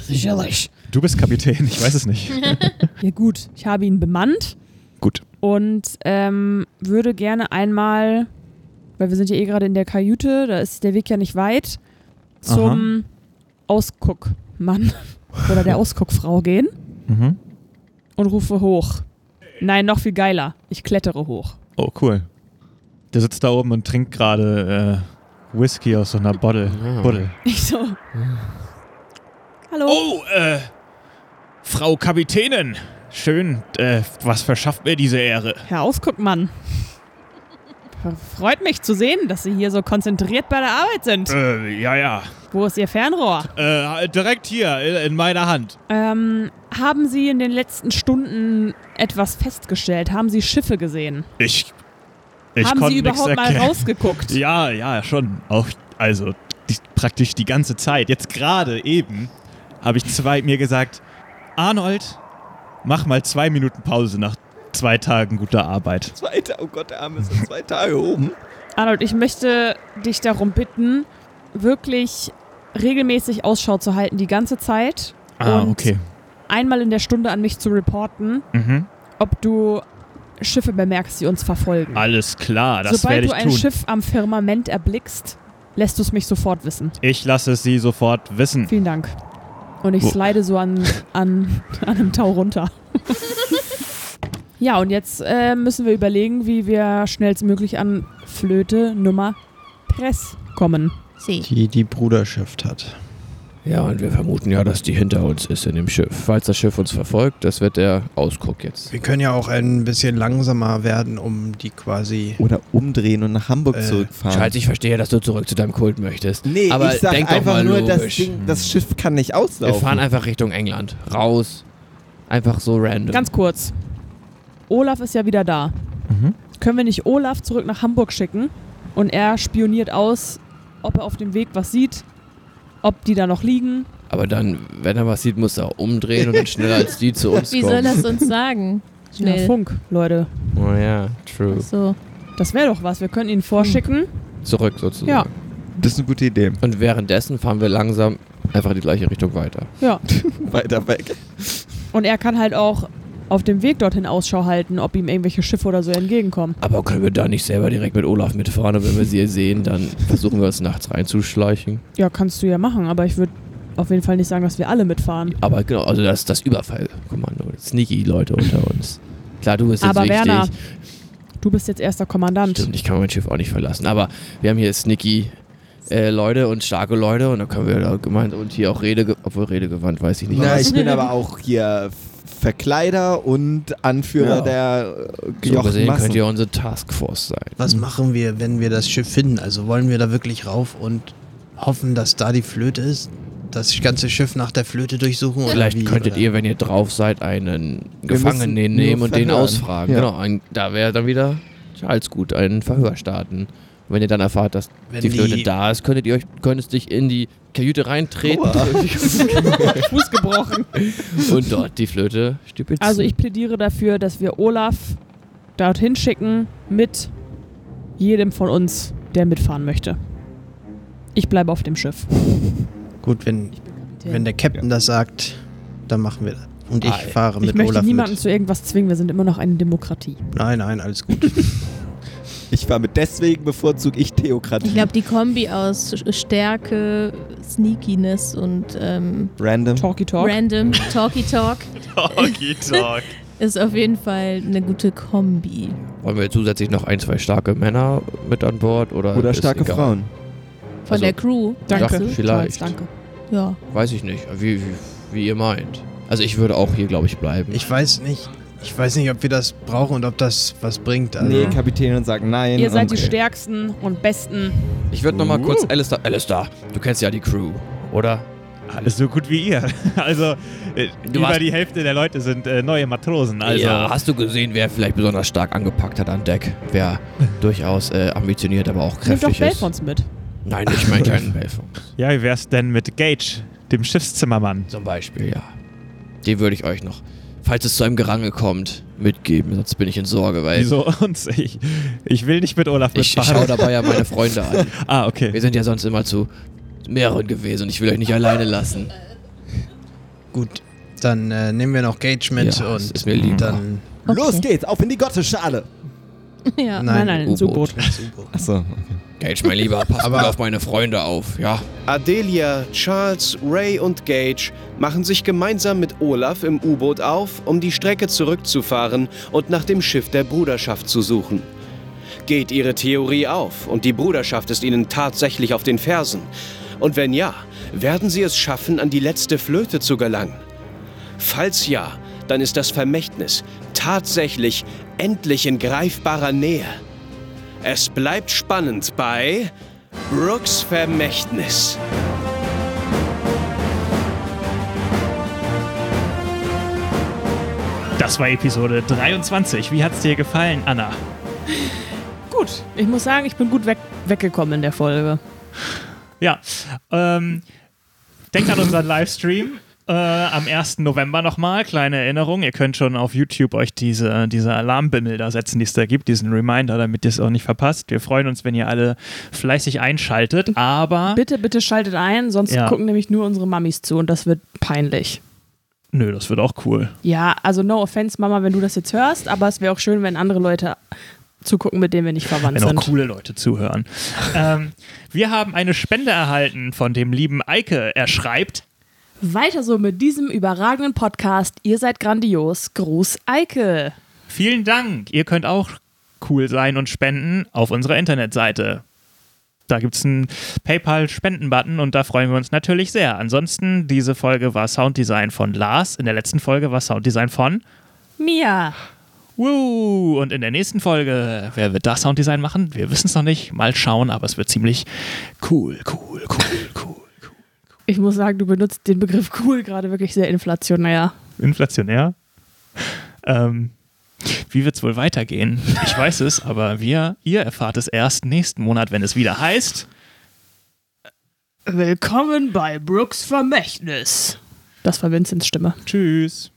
Sicherlich. Du bist Kapitän, ich weiß es nicht. Ja gut, ich habe ihn bemannt. Gut. Und ähm, würde gerne einmal, weil wir sind ja eh gerade in der Kajüte, da ist der Weg ja nicht weit, zum Ausguckmann oder der Ausguckfrau gehen Mhm. und rufe hoch. Nein, noch viel geiler. Ich klettere hoch. Oh, cool. Der sitzt da oben und trinkt gerade äh, Whisky aus so einer Bottle. Ah. Bottle. Ich so. Hallo. Oh, äh, Frau Kapitänin. Schön, äh, was verschafft mir diese Ehre? Herr Ausguckmann. Freut mich zu sehen, dass Sie hier so konzentriert bei der Arbeit sind. Äh, ja, ja. Wo ist Ihr Fernrohr? Äh, direkt hier, in- in meiner Hand. Ähm, haben Sie in den letzten Stunden etwas festgestellt? Haben Sie Schiffe gesehen? Ich. Ich haben konnte Sie nichts überhaupt mal erkennen. rausgeguckt? Ja, ja, schon. Auch, also, die, praktisch die ganze Zeit. Jetzt gerade eben habe ich zwei, mir gesagt, Arnold, mach mal zwei Minuten Pause nach zwei Tagen guter Arbeit. Zwei Tage, oh Gott, der Arme ist in zwei Tage oben. Arnold, ich möchte dich darum bitten, wirklich regelmäßig Ausschau zu halten, die ganze Zeit. Ah, und okay. einmal in der Stunde an mich zu reporten, Mhm. ob du Schiffe bemerkst, die uns verfolgen. Alles klar, das Sobald werde ich du ein tun. Schiff am Firmament erblickst, lässt du es mich sofort wissen. Ich lasse es Sie sofort wissen. Vielen Dank. Und ich slide so an, an, an einem Tau runter. ja, und jetzt äh, müssen wir überlegen, wie wir schnellstmöglich an Flöte Nummer Press kommen. Sie. die die Bruderschaft hat. Ja, und wir vermuten ja, dass die hinter uns ist in dem Schiff. Falls das Schiff uns verfolgt, das wird der Ausguck jetzt. Wir können ja auch ein bisschen langsamer werden, um die quasi. Oder umdrehen und nach Hamburg Äh, zurückfahren. Scheiße, ich verstehe, dass du zurück zu deinem Kult möchtest. Nee, Aber ich sag denk doch einfach mal nur, das, logisch. Ding, das Schiff kann nicht Wir fahren auslaufen. einfach Richtung England. Raus. Einfach so random. Ganz kurz. Olaf ist ja wieder da. Können wir nicht Olaf zurück nach Hamburg schicken und er spioniert aus, ob er auf dem Weg was sieht, ob die da noch liegen. Aber dann, wenn er was sieht, muss er auch umdrehen und dann schneller als die zu uns Wie kommen. soll das uns sagen? Ja, Schnell. Funk, Leute. Oh ja, Ach true. So. Das wäre doch was. Wir können ihn vorschicken. Zurück sozusagen. Ja. Das ist eine gute Idee. Und währenddessen fahren wir langsam einfach die gleiche Richtung weiter. Ja. Weiter weg. Und er kann halt auch auf dem Weg dorthin Ausschau halten, ob ihm irgendwelche Schiffe oder so entgegenkommen. Aber können wir da nicht selber direkt mit Olaf mitfahren? Und wenn wir sie sehen, dann versuchen wir uns nachts reinzuschleichen. Ja, kannst du ja machen, aber ich würde auf jeden Fall nicht sagen, dass wir alle mitfahren. Aber genau, also das ist das Überfallkommando. Sneaky Leute unter uns. Klar, du bist jetzt Aber wichtig. Werner, du bist jetzt erster Kommandant. Stimmt, ich kann mein Schiff auch nicht verlassen. Aber wir haben hier sneaky äh, Leute und starke Leute und da können wir da gemeint und hier auch Rede, obwohl Redegewandt, weiß ich nicht. Na, ich bin aber auch hier Verkleider und Anführer Ja. der äh, so gejochten gesehen könnt Massen. ihr unsere Taskforce sein. Was machen wir, wenn wir das Schiff finden? Also wollen wir da wirklich rauf und hoffen, dass da die Flöte ist? Das ganze Schiff nach der Flöte durchsuchen? Oder Vielleicht wie, könntet oder? ihr, wenn ihr drauf seid, einen Wir Gefangenen müssen nur nehmen und den verhören. ausfragen. Ja. Genau, ein, da wäre dann wieder Charles gut, ein Verhör starten. Wenn ihr dann erfahrt, dass Wenn die Flöte die- da ist, könntet ihr euch, könntest dich in die Kajüte reintreten Fuß gebrochen. und dort die Flöte stibitzen. Also ich plädiere dafür, dass wir Olaf dorthin schicken mit jedem von uns, der mitfahren möchte. Ich bleibe auf dem Schiff. Gut, wenn, wenn der Captain das sagt, dann machen wir das. Und ich Ah, fahre ich mit möchte Olaf niemanden mit. zu irgendwas zwingen, wir sind immer noch eine Demokratie. Nein, nein, alles gut. Ich war mit deswegen bevorzuge ich Theokratie. Ich glaube, die Kombi aus Sch- Stärke, Sneakiness und ähm, Random. Talkie Talk. Random Talky Talk Talkie Talk. ist auf jeden Fall eine gute Kombi. Wollen wir zusätzlich noch ein, zwei starke Männer mit an Bord? Oder, Oder ist starke egal? Frauen. Von Also- der Crew. Danke. meinst vielleicht. Charles, danke. du? Ja. Weiß ich nicht, wie, wie, wie ihr meint. Also ich würde auch hier, glaube ich, bleiben. Ich weiß nicht. Ich weiß nicht, ob wir das brauchen und ob das was bringt. Äh. Also, Nee, Kapitänin sagt nein. Ihr seid und- die Stärksten und Besten. ich würde nochmal kurz Alistair... Alistair, du kennst ja die Crew, oder? Alles so gut wie ihr. Also, äh, Du über hast- die Hälfte der Leute sind äh, neue Matrosen. Also, ja, hast du gesehen, wer vielleicht besonders stark angepackt hat an Deck? Wer durchaus äh, ambitioniert, aber auch Nimm doch kräftig ist? Belfons mit. Nein, ich meine keinen Belfons. ja wie wär's denn mit Gage, dem Schiffszimmermann? Zum Beispiel, ja. Den würde ich euch noch, falls es zu einem Gerangel kommt, mitgeben. Sonst bin ich in Sorge, weil Wieso uns? Ich, ich will nicht mit Olaf ich, ich mitfahren. schaue dabei ja meine Freunde an. ah, okay. Wir sind ja sonst immer zu mehreren gewesen und ich will euch nicht alleine lassen. gut. Dann äh, nehmen wir noch Gage mit Ja, es und ist mir lieb. dann. Okay. Los geht's, auf in die Gottesschale. ja. Nein, Nein, nein, ein U-Boot. U-Boot. Achso. Gage, mein Lieber, pass Aber- gut auf meine Freunde auf, ja? Adelia, Charles, Ray und Gage machen sich gemeinsam mit Olaf im U-Boot auf, um die Strecke zurückzufahren und nach dem Schiff der Bruderschaft zu suchen. Geht ihre Theorie auf und die Bruderschaft ist ihnen tatsächlich auf den Fersen? Und wenn ja, werden sie es schaffen, an die letzte Flöte zu gelangen? Falls ja, dann ist das Vermächtnis tatsächlich endlich in greifbarer Nähe. Es bleibt spannend bei Brooks Vermächtnis. Das war Episode 23. Wie hat's dir gefallen, Anna? Gut, ich muss sagen, ich bin gut weg weggekommen in der Folge. Ja. Ähm, denkt an unseren Livestream. Äh, am 1. November nochmal, kleine Erinnerung. Ihr könnt schon auf YouTube euch diese, diese Alarmbimmel da setzen, die es da gibt, diesen Reminder, damit ihr es auch nicht verpasst. Wir freuen uns, wenn ihr alle fleißig einschaltet, aber. Bitte, bitte schaltet ein, sonst Ja. gucken nämlich nur unsere Mammis zu und das wird peinlich. Nö, das wird auch cool. Ja, also no offense, Mama, wenn du das jetzt hörst, aber es wäre auch schön, wenn andere Leute zugucken, mit denen wir nicht verwandt Wenn auch sind. coole Leute zuhören. ähm, wir haben eine Spende erhalten von dem lieben Eike. Er schreibt. Weiter so mit diesem überragenden Podcast. Ihr seid grandios. Gruß Eike. Vielen Dank. Ihr könnt auch cool sein und spenden auf unserer Internetseite. Da gibt es einen PayPal-Spenden-Button und da freuen wir uns natürlich sehr. Ansonsten, diese Folge war Sounddesign von Lars. In der letzten Folge war Sounddesign von Mia. Woo! Und in der nächsten Folge, wer wird das Sounddesign machen? Wir wissen es noch nicht. Mal schauen, aber es wird ziemlich cool, cool, cool, cool. Ich muss sagen, du benutzt den Begriff cool gerade wirklich sehr inflationär. inflationär. Ähm, wie wird es wohl weitergehen? Ich weiß es, aber wir, ihr erfahrt es erst nächsten Monat, wenn es wieder heißt. Willkommen bei Brooks Vermächtnis. Das war Vinzens Stimme. Tschüss.